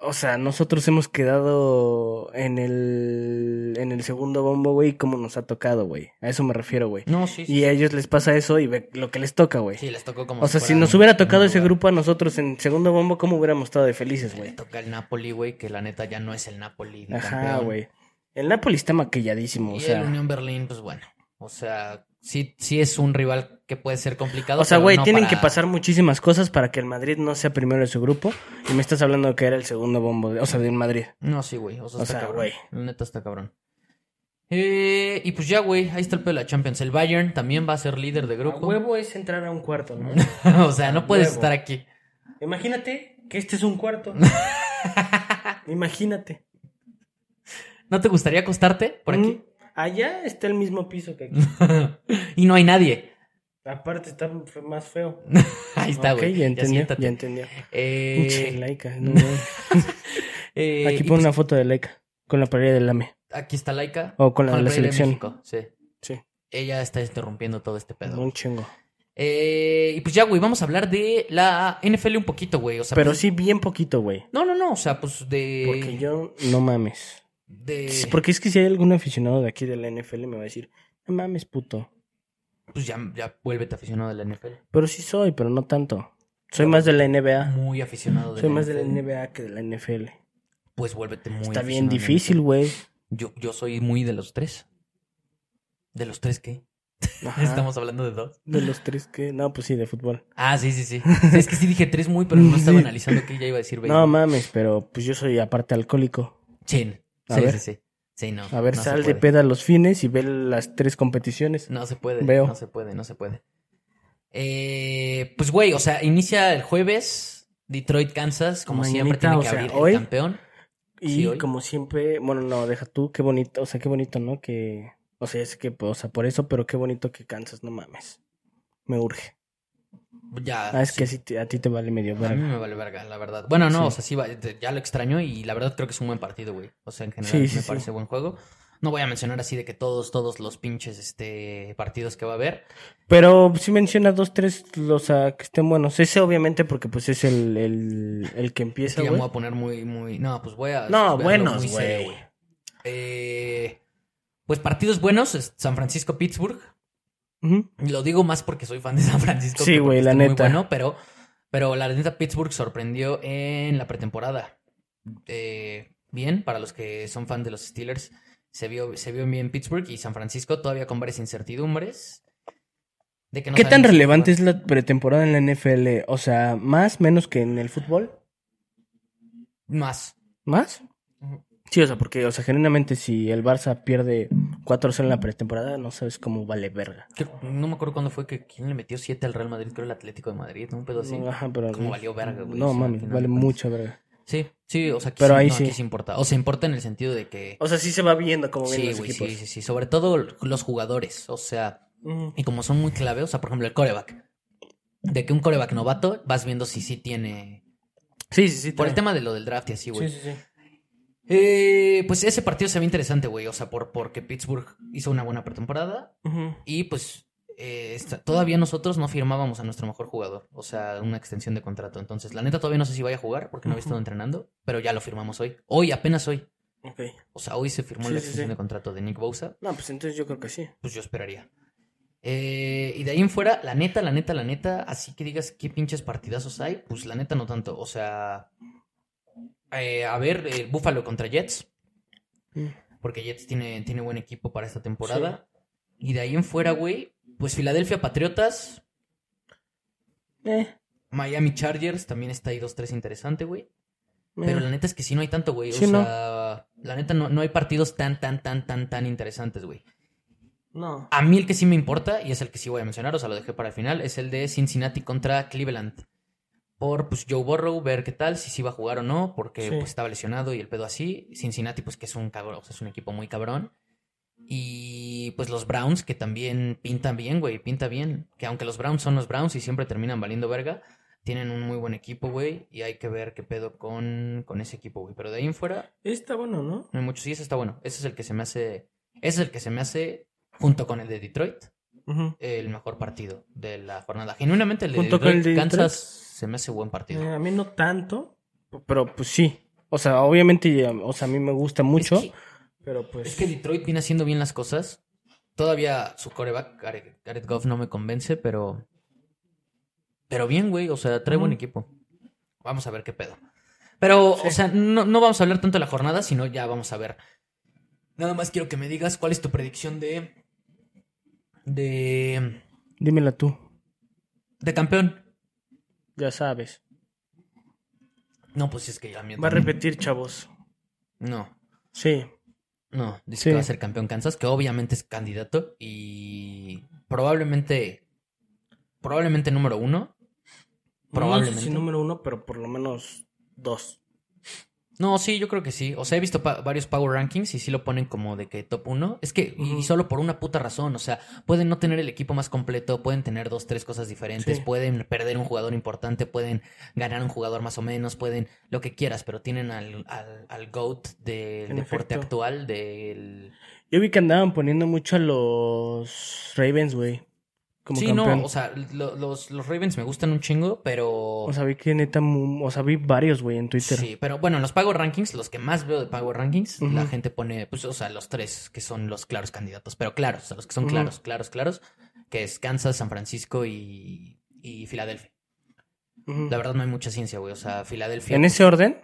Speaker 2: O sea, nosotros hemos quedado en el en el segundo bombo, güey, como nos ha tocado, güey. A eso me refiero, güey.
Speaker 1: No, sí, sí.
Speaker 2: Y a ellos les pasa eso y ve lo que les toca, güey.
Speaker 1: Sí, les tocó como
Speaker 2: o sea, si
Speaker 1: fuera
Speaker 2: nos
Speaker 1: un-
Speaker 2: hubiera tocado
Speaker 1: un
Speaker 2: ese
Speaker 1: lugar.
Speaker 2: grupo a nosotros en segundo bombo, ¿cómo hubiéramos estado de felices,
Speaker 1: Le
Speaker 2: güey?
Speaker 1: toca el Napoli, güey, que la neta ya no es el Napoli. ni
Speaker 2: Ajá,
Speaker 1: campeón.
Speaker 2: güey. El Napoli está maquilladísimo,
Speaker 1: Y
Speaker 2: o
Speaker 1: el
Speaker 2: sea.
Speaker 1: Unión Berlín, pues bueno. O sea, sí, sí es un rival que puede ser complicado.
Speaker 2: O sea,
Speaker 1: pero
Speaker 2: güey,
Speaker 1: no
Speaker 2: tienen
Speaker 1: para-
Speaker 2: que pasar muchísimas cosas para que el Madrid no sea primero de su grupo. Y me estás hablando que era el segundo bombo, de- o sea, del Madrid.
Speaker 1: No, sí, güey. O sea,
Speaker 2: O
Speaker 1: está
Speaker 2: sea,
Speaker 1: cabrón.
Speaker 2: güey.
Speaker 1: La neta está cabrón. Eh, y pues ya, güey, ahí está el pedo de la Champions. El Bayern también va a ser líder de
Speaker 2: El
Speaker 1: grupo.
Speaker 2: huevo es entrar a un cuarto, ¿no?
Speaker 1: o sea, no
Speaker 2: A
Speaker 1: puedes
Speaker 2: huevo.
Speaker 1: estar aquí.
Speaker 2: Imagínate que este es un cuarto. Imagínate.
Speaker 1: ¿No te gustaría acostarte por aquí?
Speaker 2: Mm, Allá está el mismo piso que aquí.
Speaker 1: y no hay nadie.
Speaker 2: Aparte está fue más feo.
Speaker 1: Ahí está,
Speaker 2: Ok,
Speaker 1: güey.
Speaker 2: ya
Speaker 1: Ya
Speaker 2: entendió, ya,
Speaker 1: siéntate.
Speaker 2: entendió.
Speaker 1: Eh,
Speaker 2: Pinche Laika, no mames.
Speaker 1: eh,
Speaker 2: Aquí
Speaker 1: y
Speaker 2: pone
Speaker 1: pues,
Speaker 2: una foto de Laika con la pared del Lame.
Speaker 1: aquí está Laika.
Speaker 2: O con la de la
Speaker 1: playera de
Speaker 2: selección.
Speaker 1: México, sí.
Speaker 2: Sí,
Speaker 1: Ella está interrumpiendo todo este pedo.
Speaker 2: un chingo.
Speaker 1: Eh, y pues ya, güey, vamos a hablar de la NFL un poquito, güey. O sea,
Speaker 2: Pero
Speaker 1: pues-
Speaker 2: sí, bien poquito, güey.
Speaker 1: No, no, no. O sea, pues de.
Speaker 2: Porque yo, no mames.
Speaker 1: de-
Speaker 2: Porque es que si hay algún aficionado de aquí de la NFL me va a decir, no mames, puto.
Speaker 1: Pues ya, ya vuélvete aficionado de la NFL.
Speaker 2: Pero sí soy, pero no tanto. Soy más de la NBA.
Speaker 1: Muy aficionado de
Speaker 2: Soy
Speaker 1: la
Speaker 2: más de la
Speaker 1: NFL.
Speaker 2: NBA que de la NFL.
Speaker 1: Pues vuélvete muy
Speaker 2: Está
Speaker 1: aficionado
Speaker 2: bien
Speaker 1: de la
Speaker 2: difícil,
Speaker 1: NFL.
Speaker 2: güey.
Speaker 1: Yo, yo soy muy de los tres. ¿De los tres qué?
Speaker 2: Ajá.
Speaker 1: Estamos hablando de dos.
Speaker 2: De los tres que... No, pues sí, de fútbol.
Speaker 1: Ah, sí, sí, sí. Sí, Es que sí dije tres muy, pero no estaba
Speaker 2: Sí.
Speaker 1: analizando que ya iba a decir
Speaker 2: No
Speaker 1: béisbol.
Speaker 2: mames, pero pues yo soy aparte alcohólico.
Speaker 1: Chin.
Speaker 2: A
Speaker 1: Sí,
Speaker 2: ver.
Speaker 1: sí, sí. Sí, no.
Speaker 2: A ver,
Speaker 1: no se
Speaker 2: sal de
Speaker 1: puede.
Speaker 2: peda los fines y ve las tres competiciones.
Speaker 1: No se puede.
Speaker 2: Veo.
Speaker 1: No se puede, no se puede. Eh, pues, güey, o sea, inicia el jueves. Detroit, Kansas, como
Speaker 2: Mañanita,
Speaker 1: siempre, tiene
Speaker 2: o
Speaker 1: que
Speaker 2: sea,
Speaker 1: abrir
Speaker 2: hoy.
Speaker 1: el campeón.
Speaker 2: Y
Speaker 1: Sí, hoy.
Speaker 2: como siempre, bueno, no, deja tú, qué bonito, o sea, qué bonito, ¿no? Que, o sea, es que, pues, o sea, por eso, pero qué bonito que Kansas, no mames. Me urge.
Speaker 1: Ya.
Speaker 2: Ah, es
Speaker 1: sí.
Speaker 2: que así te- a ti te vale medio
Speaker 1: A mí
Speaker 2: verga.
Speaker 1: me vale verga, la verdad. Bueno, no,
Speaker 2: Sí.
Speaker 1: o sea, sí, va- te- ya lo extraño y la verdad creo que es un buen partido, güey. O sea, en general
Speaker 2: Sí, sí,
Speaker 1: me
Speaker 2: sí.
Speaker 1: parece buen juego. No voy a mencionar así de que todos, todos los pinches este, partidos que va a haber.
Speaker 2: Pero sí menciona dos, tres, o sea, que estén buenos. Ese, obviamente, porque, pues, es el, el, el que
Speaker 1: Es
Speaker 2: empieza,
Speaker 1: que ya me
Speaker 2: güey.
Speaker 1: voy a poner muy, muy. No, pues voy a.
Speaker 2: No,
Speaker 1: verlo
Speaker 2: buenos,
Speaker 1: muy serio,
Speaker 2: güey.
Speaker 1: Eh, pues partidos buenos, es San Francisco-Pittsburgh.
Speaker 2: Ujú.
Speaker 1: Lo digo más porque soy fan de San Francisco.
Speaker 2: Sí,
Speaker 1: que porque
Speaker 2: güey, la
Speaker 1: está
Speaker 2: neta.
Speaker 1: Muy bueno, pero, pero la neta Pittsburgh sorprendió en la pretemporada. Eh, bien, para los que son fan de los Steelers, se vio, se vio bien Pittsburgh y San Francisco todavía con varias incertidumbres. De que no
Speaker 2: ¿Qué tan
Speaker 1: sabemos si
Speaker 2: relevante
Speaker 1: jugar.
Speaker 2: es la pretemporada en la NFL? O sea, ¿más, menos que en el fútbol?
Speaker 1: Más.
Speaker 2: ¿Más?
Speaker 1: Ujú.
Speaker 2: Sí, o sea, porque, o sea, generalmente si el Barça pierde 4-0 en la pretemporada, no sabes cómo vale verga.
Speaker 1: Que- No me acuerdo cuándo fue que quién le metió 7 al Real Madrid, creo el Atlético de Madrid, ¿no? un pedo así.
Speaker 2: Ajá, pero...
Speaker 1: Como valió verga, güey.
Speaker 2: No,
Speaker 1: o sea, al
Speaker 2: mami,
Speaker 1: final
Speaker 2: vale
Speaker 1: de cuentas.
Speaker 2: mucha verga.
Speaker 1: Sí, sí, o sea, aquí
Speaker 2: Pero
Speaker 1: sí,
Speaker 2: ahí
Speaker 1: no, aquí
Speaker 2: sí.
Speaker 1: importa. O sea, importa en el sentido de que.
Speaker 2: O sea, sí se va viendo como
Speaker 1: Sí, güey, sí, sí, sí. Sobre todo los jugadores, o sea, y como son muy clave, o sea, por ejemplo, el coreback. De que un coreback novato vas viendo si sí tiene.
Speaker 2: Sí, sí, sí.
Speaker 1: Por el tema de lo del draft y así, güey.
Speaker 2: Sí, sí, sí.
Speaker 1: Eh, pues ese partido se ve interesante, güey. O sea, por, porque Pittsburgh hizo una buena pretemporada. Y pues eh, esta- todavía nosotros no firmábamos a nuestro mejor jugador, o sea, una extensión de contrato. Entonces, la neta todavía no sé si vaya a jugar porque no había
Speaker 2: Ujú.
Speaker 1: estado entrenando, pero ya lo firmamos hoy. Hoy, apenas hoy.
Speaker 2: Ok.
Speaker 1: O sea, hoy se firmó
Speaker 2: Sí,
Speaker 1: la
Speaker 2: sí,
Speaker 1: extensión
Speaker 2: sí.
Speaker 1: de contrato de Nick Bosa,
Speaker 2: No, pues entonces yo creo que sí.
Speaker 1: pues yo esperaría. Eh, y de ahí en fuera, la neta, la neta, la neta, así que digas qué pinches partidazos hay, pues la neta no tanto. O sea, eh, a ver, eh, Buffalo contra Jets,
Speaker 2: Mm.
Speaker 1: porque Jets tiene, tiene buen equipo para esta temporada. Y de ahí en fuera, güey, pues Filadelfia Patriotas,
Speaker 2: Eh,
Speaker 1: Miami Chargers también está ahí 2-3 interesante, güey. Pero la
Speaker 2: eh.
Speaker 1: neta es que sí no hay tanto, güey. O
Speaker 2: Sí, no.
Speaker 1: sea, la neta no, no hay partidos tan, tan, tan, tan, tan interesantes, güey.
Speaker 2: No.
Speaker 1: A mí el que sí me importa, y es el que sí voy a mencionar, o sea, lo dejé para el final, es el de Cincinnati contra Cleveland. Por pues Joe Burrow, ver qué tal, si sí va a jugar o no, porque
Speaker 2: Sí.
Speaker 1: pues estaba lesionado y el pedo así. Cincinnati, pues que es un cabrón, o sea, es un equipo muy cabrón. Y pues los Browns, que también pintan bien, güey, pinta bien. Que aunque los Browns son los Browns y siempre terminan valiendo verga, tienen un muy buen equipo, güey. Y hay que ver qué pedo con, con ese equipo, güey. Pero de ahí en fuera,
Speaker 2: Está bueno, ¿no?
Speaker 1: no hay mucho. Sí, ese está bueno. Ese es el que se me hace. Ese es el que se me hace, junto con el de Detroit, el mejor partido de la jornada. Genuinamente, el de,
Speaker 2: Junto con
Speaker 1: Detroit,
Speaker 2: el de Detroit.
Speaker 1: Kansas se me hace buen partido.
Speaker 2: Eh, a mí no tanto, pero pues sí. O sea, obviamente, eh, o sea, a mí me gusta mucho,
Speaker 1: Es que,
Speaker 2: pero pues...
Speaker 1: es que Detroit viene haciendo bien las cosas. Todavía su coreback, Gareth, Gareth Goff, no me convence, pero. Pero bien, güey. O sea, trae buen
Speaker 2: Ujú.
Speaker 1: equipo. Vamos a ver qué pedo. Pero,
Speaker 2: Sí.
Speaker 1: o sea, no, no vamos a hablar tanto de la jornada, sino ya vamos a ver. Nada más quiero que me digas cuál es tu predicción de. de.
Speaker 2: Dímela tú,
Speaker 1: de campeón.
Speaker 2: ya sabes.
Speaker 1: No, pues es que ya mí
Speaker 2: Va a repetir, chavos.
Speaker 1: No,
Speaker 2: Sí.
Speaker 1: No, dice
Speaker 2: Sí.
Speaker 1: que va a ser campeón Kansas, que obviamente es candidato y probablemente, probablemente número uno.
Speaker 2: No sé
Speaker 1: Probablemente.
Speaker 2: si número uno, pero por lo menos dos.
Speaker 1: No, sí, yo creo que sí. O sea, he visto pa- varios Power Rankings y sí lo ponen como de que top 1. Es que, y
Speaker 2: Ujú.
Speaker 1: solo por una puta razón. O sea, pueden no tener el equipo más completo, pueden tener dos, tres cosas diferentes,
Speaker 2: Sí.
Speaker 1: pueden perder un jugador importante, pueden ganar un jugador más o menos, pueden lo que quieras, pero tienen al, al, al GOAT del
Speaker 2: En
Speaker 1: deporte
Speaker 2: efecto.
Speaker 1: actual, del.
Speaker 2: Yo vi que andaban poniendo mucho a los Ravens, güey. Como
Speaker 1: sí,
Speaker 2: campeón.
Speaker 1: no, o sea, lo- los, los Ravens me gustan un chingo, pero.
Speaker 2: O sea, vi que neta, mu- o sea, vi varios, güey, en Twitter.
Speaker 1: Sí, pero bueno, en los Power Rankings, los que más veo de Power Rankings,
Speaker 2: Ujú.
Speaker 1: la gente pone, pues, o sea, los tres que son los claros candidatos, pero claros, o sea, los que son
Speaker 2: Ujú.
Speaker 1: claros, claros, claros, que es Kansas, San Francisco y, y Filadelfia.
Speaker 2: Ujú.
Speaker 1: La verdad no hay mucha ciencia, güey, o sea, Filadelfia...
Speaker 2: ¿En ese orden?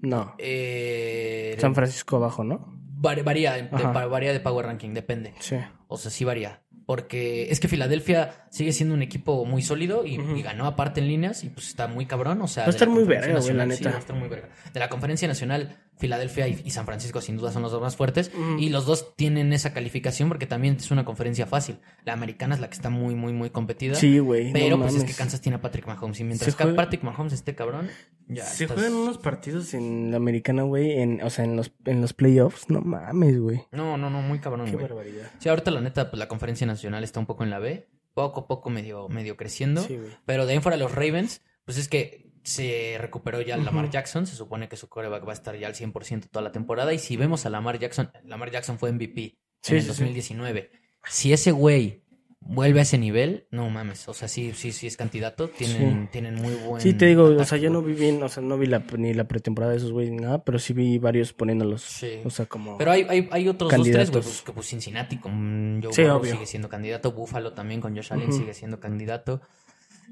Speaker 2: No.
Speaker 1: eh,
Speaker 2: San Francisco abajo, ¿no?
Speaker 1: vari- varía, de,
Speaker 2: Ajá.
Speaker 1: pa- varía de Power Ranking, depende.
Speaker 2: Sí.
Speaker 1: O sea, sí varía. Porque es que Filadelfia sigue siendo un equipo muy sólido y,
Speaker 2: Ujú.
Speaker 1: y ganó aparte en líneas y pues está muy cabrón. O sea,
Speaker 2: Va a
Speaker 1: de la
Speaker 2: estar muy
Speaker 1: Conferencia
Speaker 2: verga, güey, la
Speaker 1: Nacional, sí,
Speaker 2: neta.
Speaker 1: va a estar muy verga. De la Conferencia Nacional, Filadelfia y, y San Francisco sin duda son los dos más fuertes.
Speaker 2: Ujú.
Speaker 1: Y los dos tienen esa calificación porque también es una conferencia fácil. La americana es la que está muy, muy, muy competida.
Speaker 2: Sí, güey.
Speaker 1: Pero
Speaker 2: no
Speaker 1: pues es
Speaker 2: mames.
Speaker 1: que Kansas tiene a Patrick Mahomes. Y mientras
Speaker 2: Se
Speaker 1: que
Speaker 2: juega-
Speaker 1: Patrick Mahomes esté cabrón, ya.
Speaker 2: Se
Speaker 1: estás-
Speaker 2: juegan unos partidos en la americana, güey, en, o sea, en los, en los playoffs. No mames, güey.
Speaker 1: No, no, no, muy cabrón,
Speaker 2: Qué
Speaker 1: güey.
Speaker 2: barbaridad.
Speaker 1: Sí, ahorita la neta, pues la conferencia nacional está un poco en la B. Poco a poco medio, medio creciendo.
Speaker 2: Sí, güey.
Speaker 1: Pero de ahí en fuera los Ravens, pues es que se recuperó ya Lamar
Speaker 2: Ujú.
Speaker 1: Jackson. Se supone que su coreback va a estar ya al 100% toda la temporada. Y si vemos a Lamar Jackson, Lamar Jackson fue MVP
Speaker 2: Sí,
Speaker 1: en el
Speaker 2: sí, sí.
Speaker 1: 2019. Si ese güey vuelve a ese nivel, no mames. O sea, sí, sí, sí es candidato. Tienen, tienen muy buen.
Speaker 2: Sí, te digo, o
Speaker 1: ataque,
Speaker 2: sea, yo no
Speaker 1: güey.
Speaker 2: vi bien, o sea, no vi la, ni la pretemporada de esos güeyes ni nada, pero sí vi varios poniéndolos.
Speaker 1: Sí.
Speaker 2: O sea, como.
Speaker 1: Pero hay, hay, hay otros dos, tres, güey.
Speaker 2: Candidatos.
Speaker 1: Pues, que pues Cincinnati con Joe
Speaker 2: Sí,
Speaker 1: Burrow
Speaker 2: obvio.
Speaker 1: sigue siendo candidato. Buffalo también con Josh Allen
Speaker 2: Ujú.
Speaker 1: sigue siendo candidato.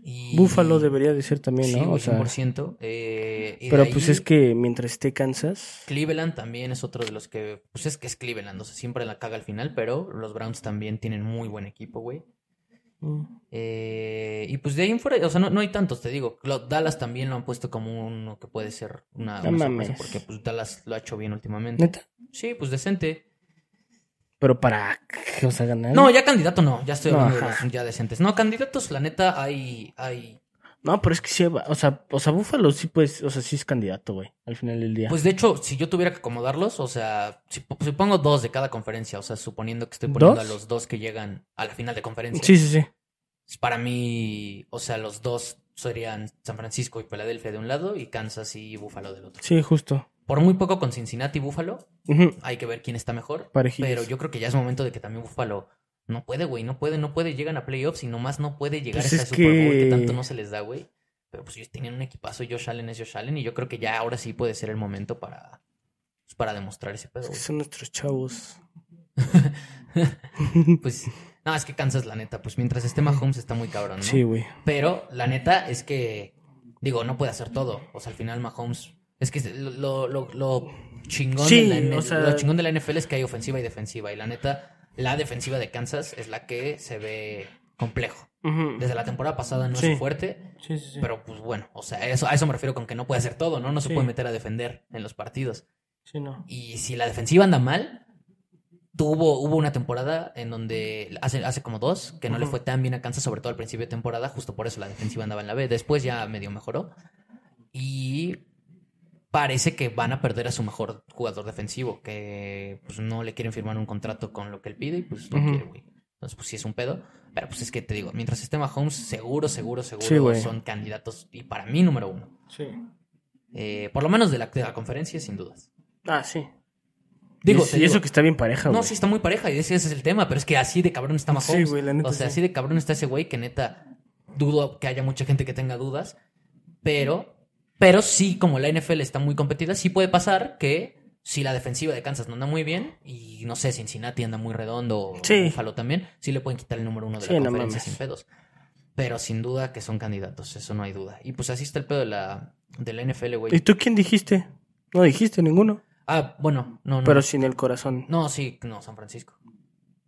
Speaker 1: Y...
Speaker 2: Búfalo debería de ser también,
Speaker 1: Sí,
Speaker 2: ¿no? o
Speaker 1: güey,
Speaker 2: sea,
Speaker 1: 100%. eh, y de
Speaker 2: pero pues
Speaker 1: ahí-
Speaker 2: es que mientras esté Kansas.
Speaker 1: Cleveland también es otro de los que. Pues es que es Cleveland, o sea, siempre la caga al final, pero los Browns también tienen muy buen equipo, güey.
Speaker 2: mm,
Speaker 1: Eh, y pues de ahí en fuera, o sea, no, no hay tantos, te digo. Lo- Dallas también lo han puesto como uno que puede ser una,
Speaker 2: No
Speaker 1: una
Speaker 2: mames.
Speaker 1: sorpresa, porque pues Dallas lo ha hecho bien últimamente.
Speaker 2: Neta.
Speaker 1: Sí, pues decente.
Speaker 2: Pero para. O sea, ganar.
Speaker 1: No, ya candidato no, ya estoy
Speaker 2: No,
Speaker 1: hablando de
Speaker 2: ajá.
Speaker 1: los ya decentes. No, candidatos, la neta, hay. hay...
Speaker 2: No, pero es que sí, va- o sea, o sea, Búfalo sí, pues, o sea, sí es candidato, güey, al final del día.
Speaker 1: Pues de hecho, si yo tuviera que acomodarlos, o sea, si, si pongo dos de cada conferencia, o sea, suponiendo que estoy poniendo
Speaker 2: ¿Dos?
Speaker 1: a los dos que llegan a la final de conferencia.
Speaker 2: sí, sí, sí.
Speaker 1: Pues, Para mí, o sea, los dos serían San Francisco y Filadelfia de un lado y Kansas y Buffalo del otro.
Speaker 2: Sí, justo.
Speaker 1: Por muy poco con Cincinnati y Buffalo,
Speaker 2: Ujú,
Speaker 1: hay que ver quién está mejor.
Speaker 2: Parejillos.
Speaker 1: Pero yo creo que ya es momento de que también Buffalo no puede, güey, no puede, no puede, llegan a playoffs y nomás no puede llegar
Speaker 2: Pues
Speaker 1: hasta
Speaker 2: es
Speaker 1: el Super Bowl que
Speaker 2: que-
Speaker 1: tanto no se les da, güey. Pero pues ellos tienen un equipazo y Josh Allen es Josh Allen y yo creo que ya ahora sí puede ser el momento para, pues, para demostrar ese pedo,
Speaker 2: Es que
Speaker 1: güey.
Speaker 2: son nuestros chavos.
Speaker 1: Pues, no, es que Kansas, la neta, pues mientras esté Mahomes está muy cabrón, ¿no?
Speaker 2: Sí, güey.
Speaker 1: Pero la neta es que, digo, no puede hacer todo. O sea, al final Mahomes. Es que lo, lo- lo chingón,
Speaker 2: Sí,
Speaker 1: de la,
Speaker 2: o sea-
Speaker 1: lo chingón de la NFL es que hay ofensiva y defensiva. Y la neta, la defensiva de Kansas es la que se ve complejo.
Speaker 2: Ujú.
Speaker 1: Desde la temporada pasada no
Speaker 2: Sí.
Speaker 1: es su fuerte,
Speaker 2: Sí, sí, sí.
Speaker 1: pero pues bueno, o sea, eso, a eso me refiero con que no puede hacer todo, ¿no? No se
Speaker 2: Sí.
Speaker 1: puede meter a defender en los partidos.
Speaker 2: Sí, no.
Speaker 1: Y si la defensiva anda mal, tuvo, hubo una temporada en donde hace, hace como dos, que no le
Speaker 2: Ujú.
Speaker 1: fue tan bien a Kansas, sobre todo al principio de temporada, justo por eso la defensiva andaba en la B. Después ya medio mejoró. Y parece que van a perder a su mejor jugador defensivo, que pues no le quieren firmar un contrato con lo que él pide y pues no
Speaker 2: Ujú.
Speaker 1: quiere, güey. Entonces, pues sí es un pedo. Pero pues es que te digo, mientras esté Mahomes, seguro, seguro, seguro
Speaker 2: Sí, güey.
Speaker 1: son candidatos. Y para mí, número uno.
Speaker 2: Sí.
Speaker 1: Eh, por lo menos de la, de la conferencia, sin dudas.
Speaker 2: Ah, sí.
Speaker 1: Digo,
Speaker 2: y, es-
Speaker 1: te
Speaker 2: y eso
Speaker 1: digo-
Speaker 2: que está bien pareja, güey.
Speaker 1: no, sí está muy pareja y ese, ese es el tema, pero es que así de cabrón está Mahomes.
Speaker 2: Sí, güey, la neta,
Speaker 1: o sea,
Speaker 2: sí.
Speaker 1: así de cabrón está ese güey que neta dudo que haya mucha gente que tenga dudas, pero pero sí como la NFL está muy competida, sí puede pasar que si la defensiva de Kansas no anda muy bien y no sé, Cincinnati anda muy redondo o
Speaker 2: Sí.
Speaker 1: Buffalo también, sí le pueden quitar el número uno de
Speaker 2: Sí,
Speaker 1: la
Speaker 2: no
Speaker 1: conferencia
Speaker 2: mames.
Speaker 1: sin pedos. Pero sin duda que son candidatos, eso no hay duda. Y pues así está el pedo de la, de la NFL,
Speaker 2: ¿Y
Speaker 1: güey.
Speaker 2: tú quién dijiste? No dijiste ninguno.
Speaker 1: Ah, bueno, no, no.
Speaker 2: Pero sin el corazón.
Speaker 1: No, sí, no, San Francisco.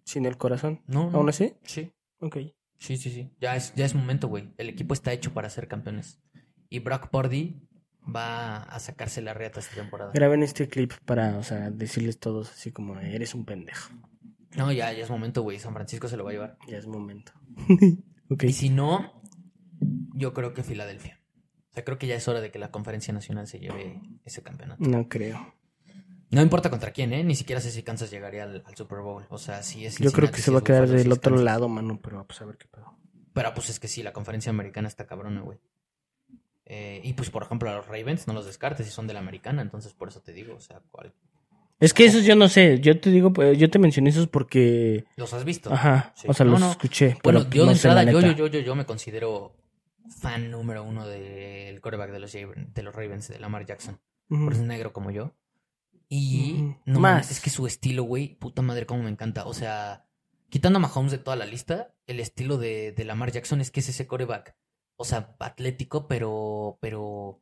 Speaker 2: Sin el corazón.
Speaker 1: No, no.
Speaker 2: ¿Aún así?
Speaker 1: Sí.
Speaker 2: Ok.
Speaker 1: Sí, sí, sí. Ya es, ya es momento, güey. El equipo está hecho para ser campeones. Y Brock Purdy va a sacarse la reata esta temporada.
Speaker 2: Graben este clip para, o sea, decirles todos así como, eres un pendejo.
Speaker 1: No, ya, ya es momento, güey. San Francisco se lo va a llevar.
Speaker 2: Ya es momento. ok.
Speaker 1: Y si no, yo creo que Filadelfia. sea, creo que ya es hora de que la Conferencia Nacional se lleve ese campeonato.
Speaker 2: No creo.
Speaker 1: No importa contra quién, ¿eh? Ni siquiera sé si Kansas llegaría al, al Super Bowl. O sea, sí es.
Speaker 2: Yo creo
Speaker 1: Cincinnati,
Speaker 2: que se
Speaker 1: sí
Speaker 2: va a
Speaker 1: es
Speaker 2: quedar
Speaker 1: Buffalo, sí
Speaker 2: del
Speaker 1: es
Speaker 2: otro
Speaker 1: Kansas.
Speaker 2: lado, mano, pero pues a ver qué pedo.
Speaker 1: Pero pues es que sí, la conferencia americana está cabrona, güey. Eh, y pues, por ejemplo, a los Ravens no los descartes si son de la americana, entonces por eso te digo, o sea, ¿cuál?
Speaker 2: Es que esos yo no sé, yo te digo, pues, yo te mencioné esos porque...
Speaker 1: ¿Los has visto?
Speaker 2: Ajá,
Speaker 1: Sí.
Speaker 2: o sea,
Speaker 1: No,
Speaker 2: los
Speaker 1: no.
Speaker 2: escuché.
Speaker 1: Bueno,
Speaker 2: pero
Speaker 1: yo de
Speaker 2: no sé la
Speaker 1: entrada, yo, yo,
Speaker 2: neta.
Speaker 1: yo, yo, yo me considero fan número uno del quarterback de los, Jav- de los Ravens, de Lamar Jackson.
Speaker 2: Ujú.
Speaker 1: Por eso es negro como yo. Y
Speaker 2: Ujú.
Speaker 1: no
Speaker 2: Más.
Speaker 1: mames, es que su estilo, güey, puta madre, cómo me encanta. O sea, quitando a Mahomes de toda la lista, el estilo de, de Lamar Jackson es que es ese coreback. O sea, atlético, pero, pero,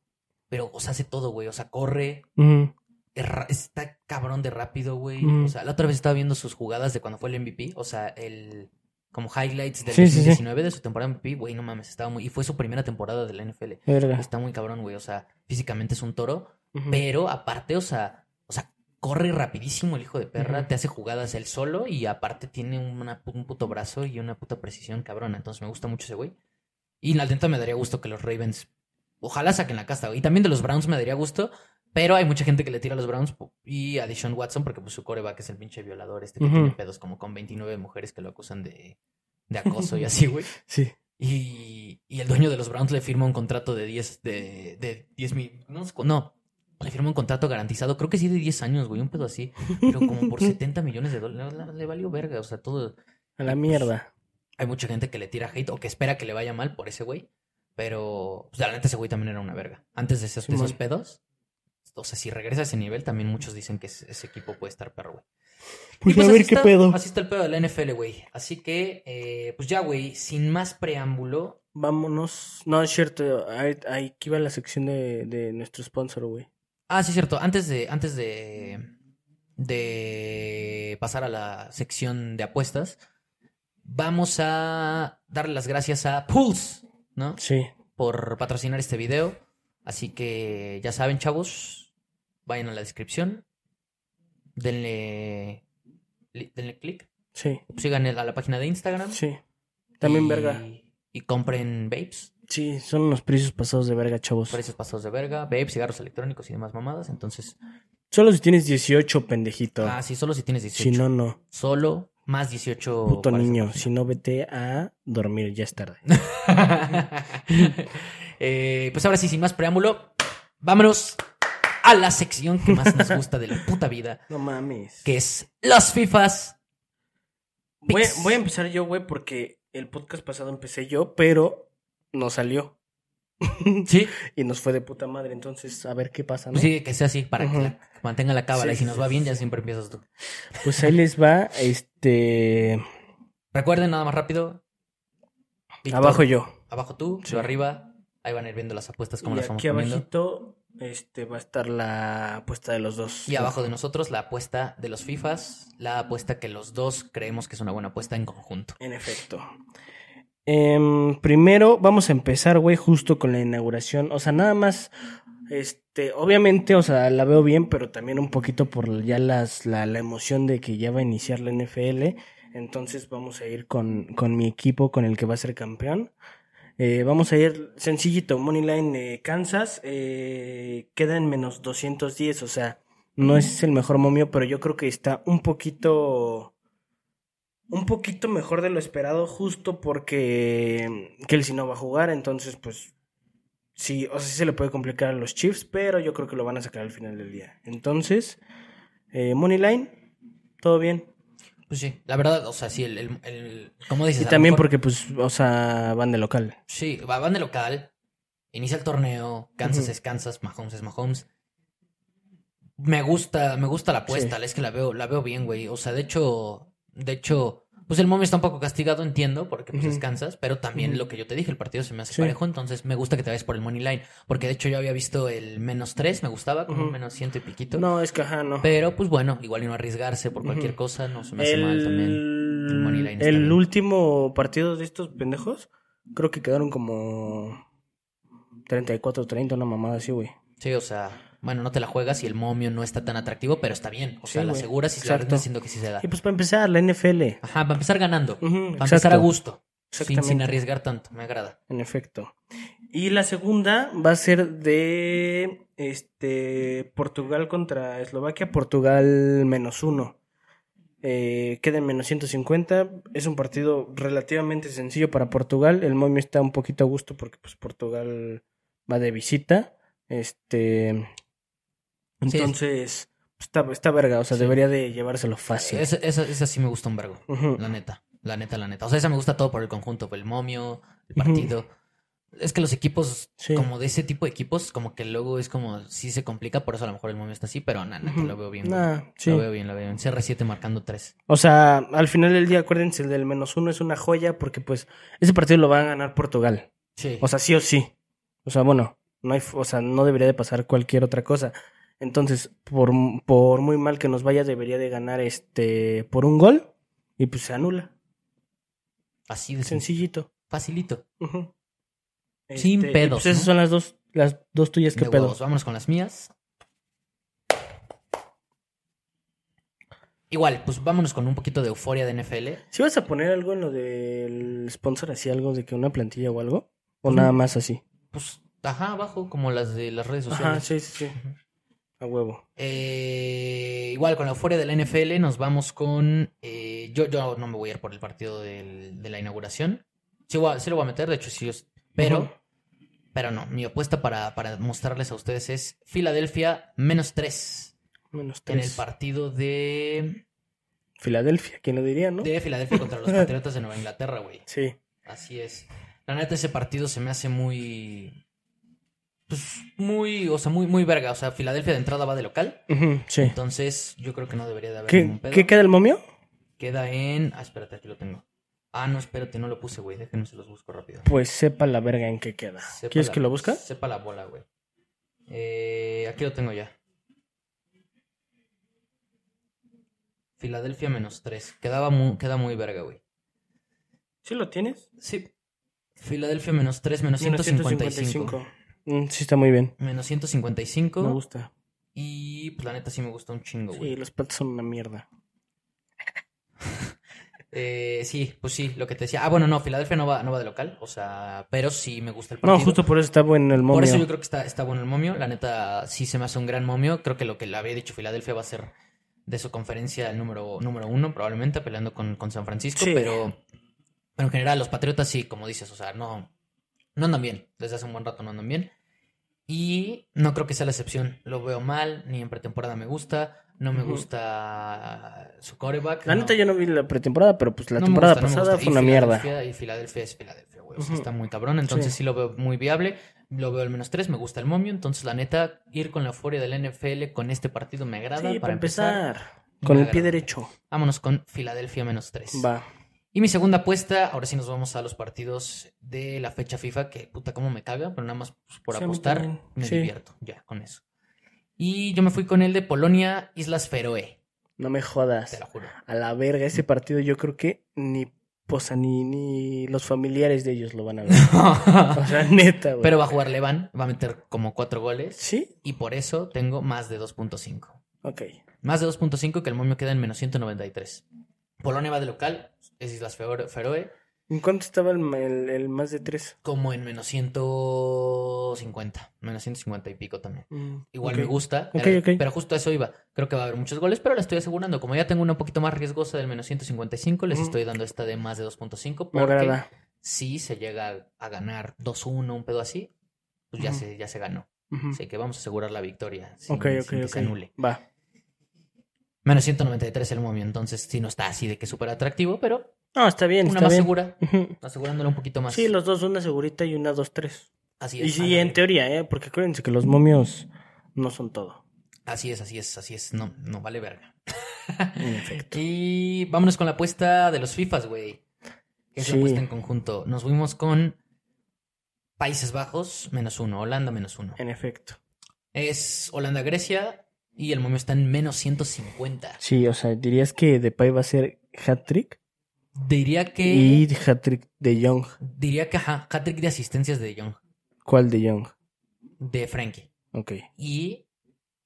Speaker 1: pero, o sea, hace todo, güey. O sea, corre,
Speaker 2: Ujú.
Speaker 1: es ra- está cabrón de rápido, güey.
Speaker 2: Mm.
Speaker 1: O sea, la otra vez estaba viendo sus jugadas de cuando fue el MVP. O sea, el. Como highlights del
Speaker 2: Sí, sí, sí.
Speaker 1: 2019 de su temporada MVP, güey, no mames, estaba muy. Y fue su primera temporada de la NFL.
Speaker 2: Verga.
Speaker 1: Está muy cabrón, güey. O sea, físicamente es un toro.
Speaker 2: Ujú.
Speaker 1: Pero aparte, o sea, o sea, corre rapidísimo el hijo de perra,
Speaker 2: Ujú.
Speaker 1: te hace jugadas él solo y aparte tiene una pu- un puto brazo y una puta precisión cabrona. Entonces me gusta mucho ese güey. Y la neta me daría gusto que los Ravens, ojalá saquen la casta. güey. Y también de los Browns me daría gusto, pero hay mucha gente que le tira a los Browns po- y a Deshaun Watson porque pues su coreback es el pinche violador este que
Speaker 2: Ujú.
Speaker 1: tiene pedos como con 29 mujeres que lo acusan de, de acoso y así, güey.
Speaker 2: Sí.
Speaker 1: Y, y el dueño de los Browns le firma un contrato de 10, de, de 10 mil, no, sé cu- no, le firma un contrato garantizado, creo que sí de 10 años, güey, un pedo así, pero como por 70 millones de dólares, le, le valió verga, o sea, todo,
Speaker 2: A la mierda.
Speaker 1: hay mucha gente que le tira hate o que espera que le vaya mal por ese güey, pero, pues, la neta ese güey también era una verga, antes de esos, de esos
Speaker 2: Simón.
Speaker 1: pedos, o sea, si regresa a ese nivel, también muchos dicen que ese, ese equipo puede estar perro, güey.
Speaker 2: Pues,
Speaker 1: Y
Speaker 2: a
Speaker 1: así
Speaker 2: ver qué
Speaker 1: está-
Speaker 2: pedo.
Speaker 1: Así está el pedo de la NFL, güey. Así que, eh, pues ya, güey, sin más preámbulo,
Speaker 2: Vámonos. No, es cierto. Ahí, ahí que iba la sección de, de nuestro sponsor, güey.
Speaker 1: Ah, sí, cierto. Antes de, antes de, de pasar a la sección de apuestas, vamos a darle las gracias a Pulse, ¿no?
Speaker 2: Sí.
Speaker 1: Por patrocinar este video. Así que ya saben, chavos, vayan a la descripción, denle, li- denle click,
Speaker 2: Sí.
Speaker 1: sigan el- a la página de Instagram
Speaker 2: Sí. También
Speaker 1: y-
Speaker 2: verga.
Speaker 1: y compren vapes.
Speaker 2: Sí, son unos precios pasados de verga, chavos.
Speaker 1: Precios pasados de verga, vapes, cigarros electrónicos y demás mamadas. Entonces,
Speaker 2: Solo si tienes 18, pendejito.
Speaker 1: ah, sí, solo si tienes 18.
Speaker 2: si no, no.
Speaker 1: solo más 18.
Speaker 2: Puto
Speaker 1: ¿cuál es la
Speaker 2: niño.
Speaker 1: página?
Speaker 2: Si no, vete a dormir. Ya es tarde.
Speaker 1: Eh, pues ahora sí, sin más preámbulo, vámonos a la sección que más nos gusta de la puta vida,
Speaker 2: No mames.
Speaker 1: que es las FIFAs.
Speaker 2: Voy,
Speaker 1: Pix.
Speaker 2: voy a empezar yo, güey, porque el podcast pasado empecé yo, pero no salió.
Speaker 1: Sí,
Speaker 2: Y nos fue de puta madre. Entonces, a ver qué pasa, ¿no?
Speaker 1: pues sí, que sea así, para que
Speaker 2: Ujú.
Speaker 1: la- que mantenga la cábala.
Speaker 2: Sí,
Speaker 1: y si nos
Speaker 2: sí,
Speaker 1: va bien, ya
Speaker 2: sí.
Speaker 1: siempre empiezas tú.
Speaker 2: Pues ahí les va, este...
Speaker 1: Recuerden nada más rápido. Víctor,
Speaker 2: Abajo yo.
Speaker 1: Abajo tú,
Speaker 2: Sí.
Speaker 1: yo arriba. Ahí van a ir viendo las apuestas como
Speaker 2: Y
Speaker 1: las vamos
Speaker 2: aquí
Speaker 1: poniendo.
Speaker 2: abajito este, va a estar la apuesta de los dos.
Speaker 1: Y abajo de nosotros la apuesta de los FIFAs, la apuesta que los dos creemos que es una buena apuesta en conjunto.
Speaker 2: En efecto. Em, primero vamos a empezar, güey, justo con la inauguración. O sea, nada más, este, obviamente, o sea, la veo bien, pero también un poquito por ya las, la, la emoción de que ya va a iniciar la NFL. Entonces vamos a ir con, con mi equipo, con el que va a ser campeón. Eh, vamos a ir sencillito, Moneyline eh, Kansas eh, queda en menos 210, o sea, no es el mejor momio, pero yo creo que está un poquito un poquito mejor de lo esperado, justo porque mm, Kelsey no va a jugar, entonces pues sí, o sea, sí se le puede complicar a los Chiefs, pero yo creo que lo van a sacar al final del día. Entonces, eh, Moneyline, todo bien.
Speaker 1: Pues sí, la verdad, o sea, sí, el, el, el- como dices,
Speaker 2: Y
Speaker 1: a lo
Speaker 2: también
Speaker 1: mejor-
Speaker 2: porque pues, o sea, van de local.
Speaker 1: sí, va- van de local, inicia el torneo, Kansas
Speaker 2: Ujú.
Speaker 1: es Kansas, Mahomes es Mahomes. Me gusta, me gusta la apuesta,
Speaker 2: Sí.
Speaker 1: es que la veo, la veo bien, güey. O sea, de hecho, de hecho, pues el momio está un poco castigado, entiendo, porque pues
Speaker 2: Ujú.
Speaker 1: es Kansas, pero también
Speaker 2: Ujú.
Speaker 1: lo que yo te dije, el partido se me hace
Speaker 2: Sí.
Speaker 1: parejo, entonces me gusta que te vayas por el money line, porque de hecho yo había visto el menos tres, me gustaba, como
Speaker 2: Ujú.
Speaker 1: menos ciento y piquito.
Speaker 2: No, es que ajá, no.
Speaker 1: Pero pues bueno, igual y no arriesgarse por cualquier
Speaker 2: Ujú.
Speaker 1: cosa, no se me hace mal también. El money line
Speaker 2: El,
Speaker 1: está
Speaker 2: el
Speaker 1: bien.
Speaker 2: último partido de estos pendejos, creo que quedaron como 34-30, una mamada así, güey.
Speaker 1: Sí, o sea, bueno, no te la juegas y el momio no está tan atractivo, pero está bien. O
Speaker 2: Sí,
Speaker 1: sea, la
Speaker 2: güey.
Speaker 1: aseguras y se la
Speaker 2: Exacto.
Speaker 1: rindes siendo que sí se da.
Speaker 2: Y pues para empezar, la NFL.
Speaker 1: Ajá, va a empezar ganando.
Speaker 2: Ujú,
Speaker 1: Va a empezar a
Speaker 2: exacto,
Speaker 1: gusto. Sin,
Speaker 2: Exactamente.
Speaker 1: sin arriesgar tanto, me agrada.
Speaker 2: En efecto. Y la segunda va a ser de este Portugal contra Eslovaquia, Portugal menos uno. Eh, queda en menos 150. Es un partido relativamente sencillo para Portugal. El momio está un poquito a gusto porque pues, Portugal va de visita. Este.
Speaker 1: Sí, es-
Speaker 2: Entonces, pues, está, está verga. O sea,
Speaker 1: Sí.
Speaker 2: debería de llevárselo fácil.
Speaker 1: Esa, esa, esa sí me gusta un vergo.
Speaker 2: Ujú.
Speaker 1: La neta, la neta, la neta. O sea, esa me gusta todo por el conjunto, por el momio, el partido. Es que los equipos,
Speaker 2: Sí.
Speaker 1: como de ese tipo de equipos, como que luego es como, sí se complica, por eso a lo mejor el momio está así, pero nada, neta,
Speaker 2: Ujú.
Speaker 1: lo veo bien.
Speaker 2: Nah,
Speaker 1: güey.
Speaker 2: sí.
Speaker 1: Lo veo bien, lo veo bien. CR7 marcando 3.
Speaker 2: O sea, al final del día, acuérdense, el del menos uno es una joya porque, pues, ese partido lo va a ganar Portugal.
Speaker 1: Sí.
Speaker 2: O sea, sí o sí. O sea, bueno, no hay, o sea, no debería de pasar cualquier otra cosa. Entonces, por, por muy mal que nos vaya, debería de ganar este por un gol y pues se anula.
Speaker 1: así de sencillo.
Speaker 2: Sencillito.
Speaker 1: Facilito.
Speaker 2: Ujú.
Speaker 1: Sin
Speaker 2: y,
Speaker 1: pedos,
Speaker 2: Pues esas
Speaker 1: ¿no?
Speaker 2: son las dos, las dos tuyas que
Speaker 1: de
Speaker 2: pedo.
Speaker 1: huevos. Vámonos con las mías. Igual, pues vámonos con un poquito de euforia de NFL.
Speaker 2: ¿Si vas a poner algo en lo del sponsor así, algo de que una plantilla o algo? ¿O
Speaker 1: Ujú.
Speaker 2: nada más así?
Speaker 1: Pues, ajá, abajo, como las de las redes sociales.
Speaker 2: Ajá, sí, sí, sí.
Speaker 1: Ujú.
Speaker 2: A huevo.
Speaker 1: Eh, igual con la euforia de la NFL nos vamos con... eh, yo, yo no me voy a ir por el partido del- de la inauguración. Sí, voy a- sí lo voy a meter, de hecho sí. es- Pero,
Speaker 2: Ujú.
Speaker 1: pero no, mi apuesta para, para mostrarles a ustedes es Filadelfia menos 3
Speaker 2: Menos
Speaker 1: en el
Speaker 2: tres.
Speaker 1: partido de,
Speaker 2: Filadelfia, ¿quién lo diría, no?
Speaker 1: de Filadelfia contra los Patriotas de Nueva Inglaterra, güey.
Speaker 2: Sí.
Speaker 1: Así es. La neta, ese partido se me hace muy... Pues muy, o sea, muy, muy verga. O sea, Filadelfia de entrada va de local.
Speaker 2: Ujú, sí.
Speaker 1: Entonces, yo creo que no debería de haber
Speaker 2: ¿Qué,
Speaker 1: ningún pedo.
Speaker 2: qué queda el momio?
Speaker 1: Queda en. Ah, espérate, aquí lo tengo. Ah, no, espérate, no lo puse, güey. Déjenme se los busco rápido.
Speaker 2: Pues sepa la verga en qué queda.
Speaker 1: Sepa
Speaker 2: ¿Quieres
Speaker 1: la-
Speaker 2: que lo busque?
Speaker 1: Sepa la bola, güey. Eh, aquí lo tengo ya. Filadelfia menos 3. Quedaba mu- queda muy verga, güey.
Speaker 2: Sí lo tienes.
Speaker 1: Sí. Filadelfia menos 3, menos 155.
Speaker 2: Mm, sí está muy bien.
Speaker 1: Menos
Speaker 2: Me
Speaker 1: 155.
Speaker 2: gusta.
Speaker 1: Y pues la neta sí me gusta un chingo, güey.
Speaker 2: Sí, los patos son una mierda.
Speaker 1: Eh, sí, pues sí, lo que te decía. Ah, bueno, no, Filadelfia no va, no va de local, o sea, pero sí me gusta el
Speaker 2: No,
Speaker 1: partido.
Speaker 2: justo por eso está bueno el momio.
Speaker 1: Por eso yo creo que está, está bueno el momio. La neta, sí se me hace un gran momio. Creo que lo que le había dicho Filadelfia va a ser de su conferencia el número, número uno, probablemente, peleando con, con San Francisco.
Speaker 2: Sí.
Speaker 1: Pero, pero en general, los Patriotas sí, como dices, o sea, no, no andan bien. Desde hace un buen rato no andan bien. Y no creo que sea la excepción. Lo veo mal, ni en pretemporada me gusta. No me
Speaker 2: Ujú.
Speaker 1: gusta su coreback.
Speaker 2: La neta yo no vi la pretemporada, pero pues la
Speaker 1: No me
Speaker 2: temporada
Speaker 1: gusta, no me
Speaker 2: pasada
Speaker 1: gusta.
Speaker 2: fue
Speaker 1: Y
Speaker 2: una mierda.
Speaker 1: Filadelfia- Y Filadelfia es Filadelfia, güey. O sea,
Speaker 2: Ujú.
Speaker 1: está muy cabrón. Entonces
Speaker 2: Sí.
Speaker 1: sí. lo veo muy viable. Lo veo al menos tres. Me gusta el momio. Entonces, la neta, ir con la furia del NFL con este partido me agrada.
Speaker 2: Sí,
Speaker 1: para, empezar,
Speaker 2: Con
Speaker 1: me
Speaker 2: el pie
Speaker 1: agrada.
Speaker 2: derecho.
Speaker 1: vámonos con Filadelfia menos tres.
Speaker 2: Va.
Speaker 1: Y mi segunda apuesta, ahora sí nos vamos a los partidos de la fecha FIFA, que puta cómo me caga, pero nada más pues, por
Speaker 2: Sí, a mí también.
Speaker 1: apostar me
Speaker 2: Sí.
Speaker 1: divierto ya con eso. Y yo me fui con el de Polonia, Islas Feroe,
Speaker 2: No me jodas.
Speaker 1: te lo juro.
Speaker 2: A la verga, ese partido yo creo que ni posa ni, ni los familiares de ellos lo van a ver. o sea, neta, güey.
Speaker 1: pero va a jugar Levan, va a meter como cuatro goles.
Speaker 2: ¿Sí?
Speaker 1: y por eso tengo más de 2.5.
Speaker 2: Ok.
Speaker 1: Más de 2.5 que el momio queda en menos 193. Polonia va de local, es Islas Fero- Feroe,
Speaker 2: ¿En cuánto estaba el, el- el más de tres?
Speaker 1: como en menos 150, menos 150 y pico también. Mm, Igual me gusta,
Speaker 2: Ok,
Speaker 1: era-
Speaker 2: ok.
Speaker 1: pero justo a eso iba. Creo que va a haber muchos goles, pero la estoy asegurando. Como ya tengo una un poquito más riesgosa del menos 155, les
Speaker 2: Ujú.
Speaker 1: estoy dando esta de más de 2.5
Speaker 2: Me
Speaker 1: porque
Speaker 2: agrada.
Speaker 1: si se llega a ganar 2-1, un pedo así, pues ya,
Speaker 2: Ujú.
Speaker 1: se, ya se ganó.
Speaker 2: Ujú.
Speaker 1: Así que vamos a asegurar la victoria sin,
Speaker 2: ok,
Speaker 1: sin
Speaker 2: ok,
Speaker 1: que
Speaker 2: ok.
Speaker 1: se anule.
Speaker 2: Va.
Speaker 1: Menos 193 el momio, entonces sí no está así de que súper atractivo, pero
Speaker 2: No, está bien,
Speaker 1: una
Speaker 2: está
Speaker 1: más
Speaker 2: bien.
Speaker 1: segura,
Speaker 2: Ujú.
Speaker 1: asegurándola un poquito más.
Speaker 2: Sí, los dos, una segurita y una dos, tres.
Speaker 1: Así
Speaker 2: Y
Speaker 1: es.
Speaker 2: sí, en teoría, ¿eh? Porque acuérdense que los momios no son todo.
Speaker 1: Así es, así es, así es. No, no vale verga.
Speaker 2: En efecto.
Speaker 1: Y vámonos con la apuesta de los FIFAs, güey. Que es
Speaker 2: Sí.
Speaker 1: la apuesta en conjunto. Nos fuimos con Países Bajos, menos uno, Holanda, menos uno.
Speaker 2: En efecto.
Speaker 1: Es Holanda-Grecia y el momio está en menos 150.
Speaker 2: Sí, o sea, dirías que Depay va a ser hat-trick
Speaker 1: Diría que...
Speaker 2: y hat-trick de Young.
Speaker 1: Diría que, ajá, hat-trick de asistencias de Young,
Speaker 2: ¿Cuál de Young?
Speaker 1: de Frankie.
Speaker 2: Ok,
Speaker 1: Y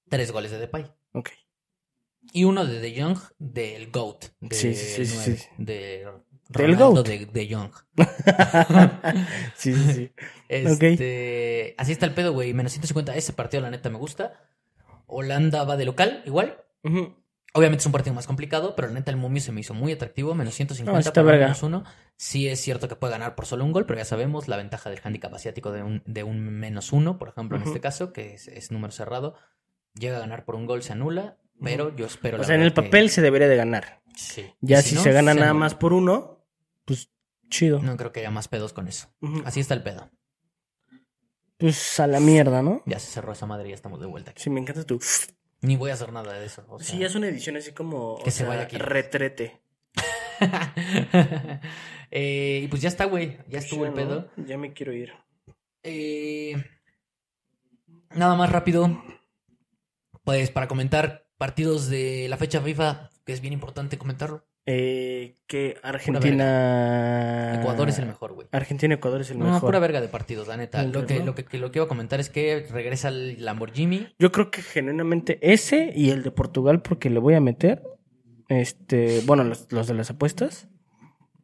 Speaker 1: tres goles de Depay.
Speaker 2: ok.
Speaker 1: Y uno de De Jong del GOAT. De
Speaker 2: Sí, sí, sí, sí,
Speaker 1: nueve,
Speaker 2: sí.
Speaker 1: De
Speaker 2: Del
Speaker 1: Ronaldo
Speaker 2: GOAT.
Speaker 1: de, de Young.
Speaker 2: Sí, sí, sí.
Speaker 1: Este, Así está el pedo, güey. Menos 150. Ese partido, la neta, me gusta. Holanda va de local, igual.
Speaker 2: Ujú.
Speaker 1: Obviamente es un partido más complicado, pero la neta el Mumio se me hizo muy atractivo. Menos 150
Speaker 2: No,
Speaker 1: para
Speaker 2: está verga.
Speaker 1: menos uno. Sí es cierto que puede ganar por solo un gol, pero ya sabemos la ventaja del handicap asiático de un, de un menos uno, por ejemplo, en
Speaker 2: Ujú.
Speaker 1: este caso, que es, es número cerrado. Llega a ganar por un gol, se anula, pero yo espero...
Speaker 2: O
Speaker 1: la
Speaker 2: sea, en el
Speaker 1: verdad que-
Speaker 2: papel se debería de ganar.
Speaker 1: sí.
Speaker 2: Ya
Speaker 1: Y
Speaker 2: si,
Speaker 1: no,
Speaker 2: se gana nada
Speaker 1: anula.
Speaker 2: más por uno, pues chido.
Speaker 1: No creo que haya más pedos con eso.
Speaker 2: Ujú.
Speaker 1: Así está el pedo.
Speaker 2: Pues a la mierda, ¿no?
Speaker 1: Ya se cerró esa madre y ya estamos de vuelta aquí.
Speaker 2: Sí, me encanta tu...
Speaker 1: Ni voy a hacer nada de eso. o sea.
Speaker 2: Sí, ya es una edición así como...
Speaker 1: Que se vaya aquí.
Speaker 2: Retrete.
Speaker 1: Eh, y pues ya está, güey. Ya estuvo el
Speaker 2: Sí,
Speaker 1: pedo.
Speaker 2: ¿no? Ya me quiero ir.
Speaker 1: Eh, nada más rápido. Pues para comentar partidos de la fecha FIFA, que es bien importante comentarlo.
Speaker 2: Eh, que Argentina...
Speaker 1: Ecuador es el mejor, güey.
Speaker 2: Argentina-Ecuador es Ah. el
Speaker 1: No,
Speaker 2: mejor.
Speaker 1: pura verga de partidos, la neta.
Speaker 2: El
Speaker 1: Lo que,
Speaker 2: mejor.
Speaker 1: lo, que, que lo que iba a comentar es que regresa el Lamborghini.
Speaker 2: Yo creo que genuinamente ese y el de Portugal, porque le voy a meter. Este, bueno, los, los de las apuestas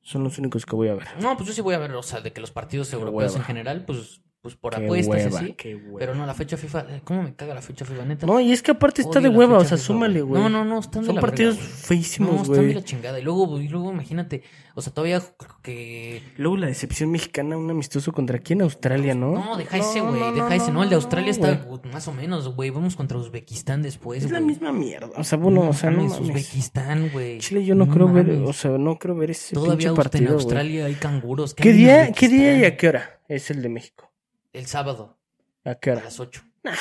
Speaker 2: son los únicos que voy a ver.
Speaker 1: No, pues yo sí voy a ver, o sea, de que los partidos europeos
Speaker 2: hueva.
Speaker 1: en general, pues, pues por
Speaker 2: Qué
Speaker 1: apuestas y
Speaker 2: hueva,
Speaker 1: así.
Speaker 2: qué hueva.
Speaker 1: Pero no, la fecha FIFA, eh, ¿cómo me caga la fecha FIFA, neta?
Speaker 2: No, y es que aparte está
Speaker 1: Odio
Speaker 2: de
Speaker 1: la
Speaker 2: hueva, o
Speaker 1: fecha
Speaker 2: sea,
Speaker 1: FIFA,
Speaker 2: súmale, güey.
Speaker 1: No, no, no, están de
Speaker 2: Son
Speaker 1: la verga,
Speaker 2: partidos
Speaker 1: güey. No,
Speaker 2: feísimos,
Speaker 1: están
Speaker 2: güey.
Speaker 1: de la chingada. Y luego, y luego imagínate, o sea, todavía que
Speaker 2: Luego la decepción mexicana, un amistoso contra quién, Australia, ¿no?
Speaker 1: No, deja ese, güey.
Speaker 2: no,
Speaker 1: deja ese. No, el de Australia
Speaker 2: no,
Speaker 1: está
Speaker 2: güey.
Speaker 1: uh, más o menos, güey. Vamos contra Uzbekistán después.
Speaker 2: Es la
Speaker 1: güey.
Speaker 2: misma mierda. O sea, bueno, o sea, no
Speaker 1: mames,
Speaker 2: mames.
Speaker 1: Uzbekistán, güey.
Speaker 2: Chile, yo no, creo ver,
Speaker 1: mames.
Speaker 2: o sea, no creo ver ese
Speaker 1: Todavía
Speaker 2: pinche
Speaker 1: en
Speaker 2: partido, güey.
Speaker 1: Australia hay canguros.
Speaker 2: ¿Qué
Speaker 1: hay en
Speaker 2: día, ¿Qué día
Speaker 1: Uzbekistán?
Speaker 2: y a qué hora es el de México?
Speaker 1: El sábado,
Speaker 2: ¿A qué
Speaker 1: a
Speaker 2: hora?
Speaker 1: las 8.
Speaker 2: Están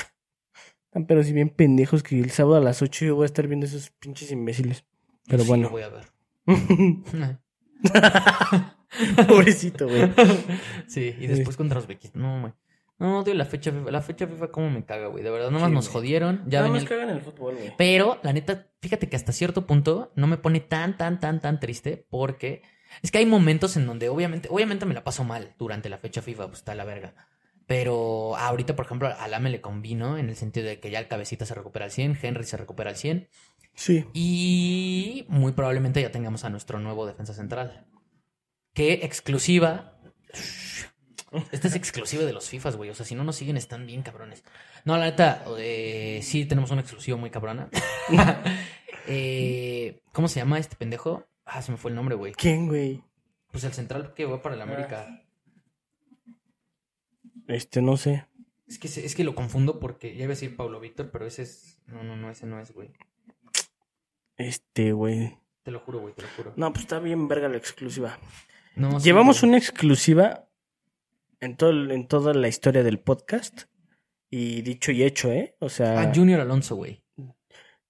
Speaker 2: Ah, pero si bien pendejos que el sábado a las 8 yo voy a estar viendo esos pinches imbéciles. Pero
Speaker 1: Sí,
Speaker 2: bueno.
Speaker 1: lo voy a ver.
Speaker 2: Pobrecito, güey.
Speaker 1: sí, y después contra Uzbekistán. No, güey. No, odio la fecha FIFA. La fecha FIFA, cómo me caga, güey. De verdad, nomás
Speaker 2: Sí,
Speaker 1: nos
Speaker 2: güey.
Speaker 1: jodieron. Ya
Speaker 2: Nada
Speaker 1: venía
Speaker 2: más
Speaker 1: el
Speaker 2: cagan el fútbol, güey.
Speaker 1: Pero, la neta, fíjate que hasta cierto punto no me pone tan, tan, tan, tan triste porque es que hay momentos en donde obviamente, obviamente me la paso mal durante la fecha FIFA, pues está la verga. Pero ahorita, por ejemplo, al AME le convino en el sentido de que ya el cabecita se recupera al 100, Henry se recupera al 100
Speaker 2: Sí.
Speaker 1: y muy probablemente ya tengamos a nuestro nuevo defensa central. Que exclusiva. Esta es exclusiva de los FIFAs, güey. O sea, si no nos siguen, están bien cabrones. No, la neta, eh, sí tenemos una exclusiva muy cabrona. Eh, ¿Cómo se llama este pendejo? Ah, se me fue el nombre, güey.
Speaker 2: ¿Quién, güey?
Speaker 1: Pues el central que va
Speaker 2: Ah.
Speaker 1: para el América.
Speaker 2: Este, no sé.
Speaker 1: Es que, se- es que lo confundo porque ya iba a decir Pablo Víctor, pero ese es. No, no, no, ese no es, güey.
Speaker 2: Este, güey.
Speaker 1: Te lo juro, güey, te lo juro.
Speaker 2: No, pues está bien verga la exclusiva.
Speaker 1: No, sí,
Speaker 2: Llevamos
Speaker 1: güey.
Speaker 2: una exclusiva en, todo, el- en toda la historia del podcast. Y dicho y hecho, ¿eh? O sea,
Speaker 1: Ah, Junior Alonso, güey.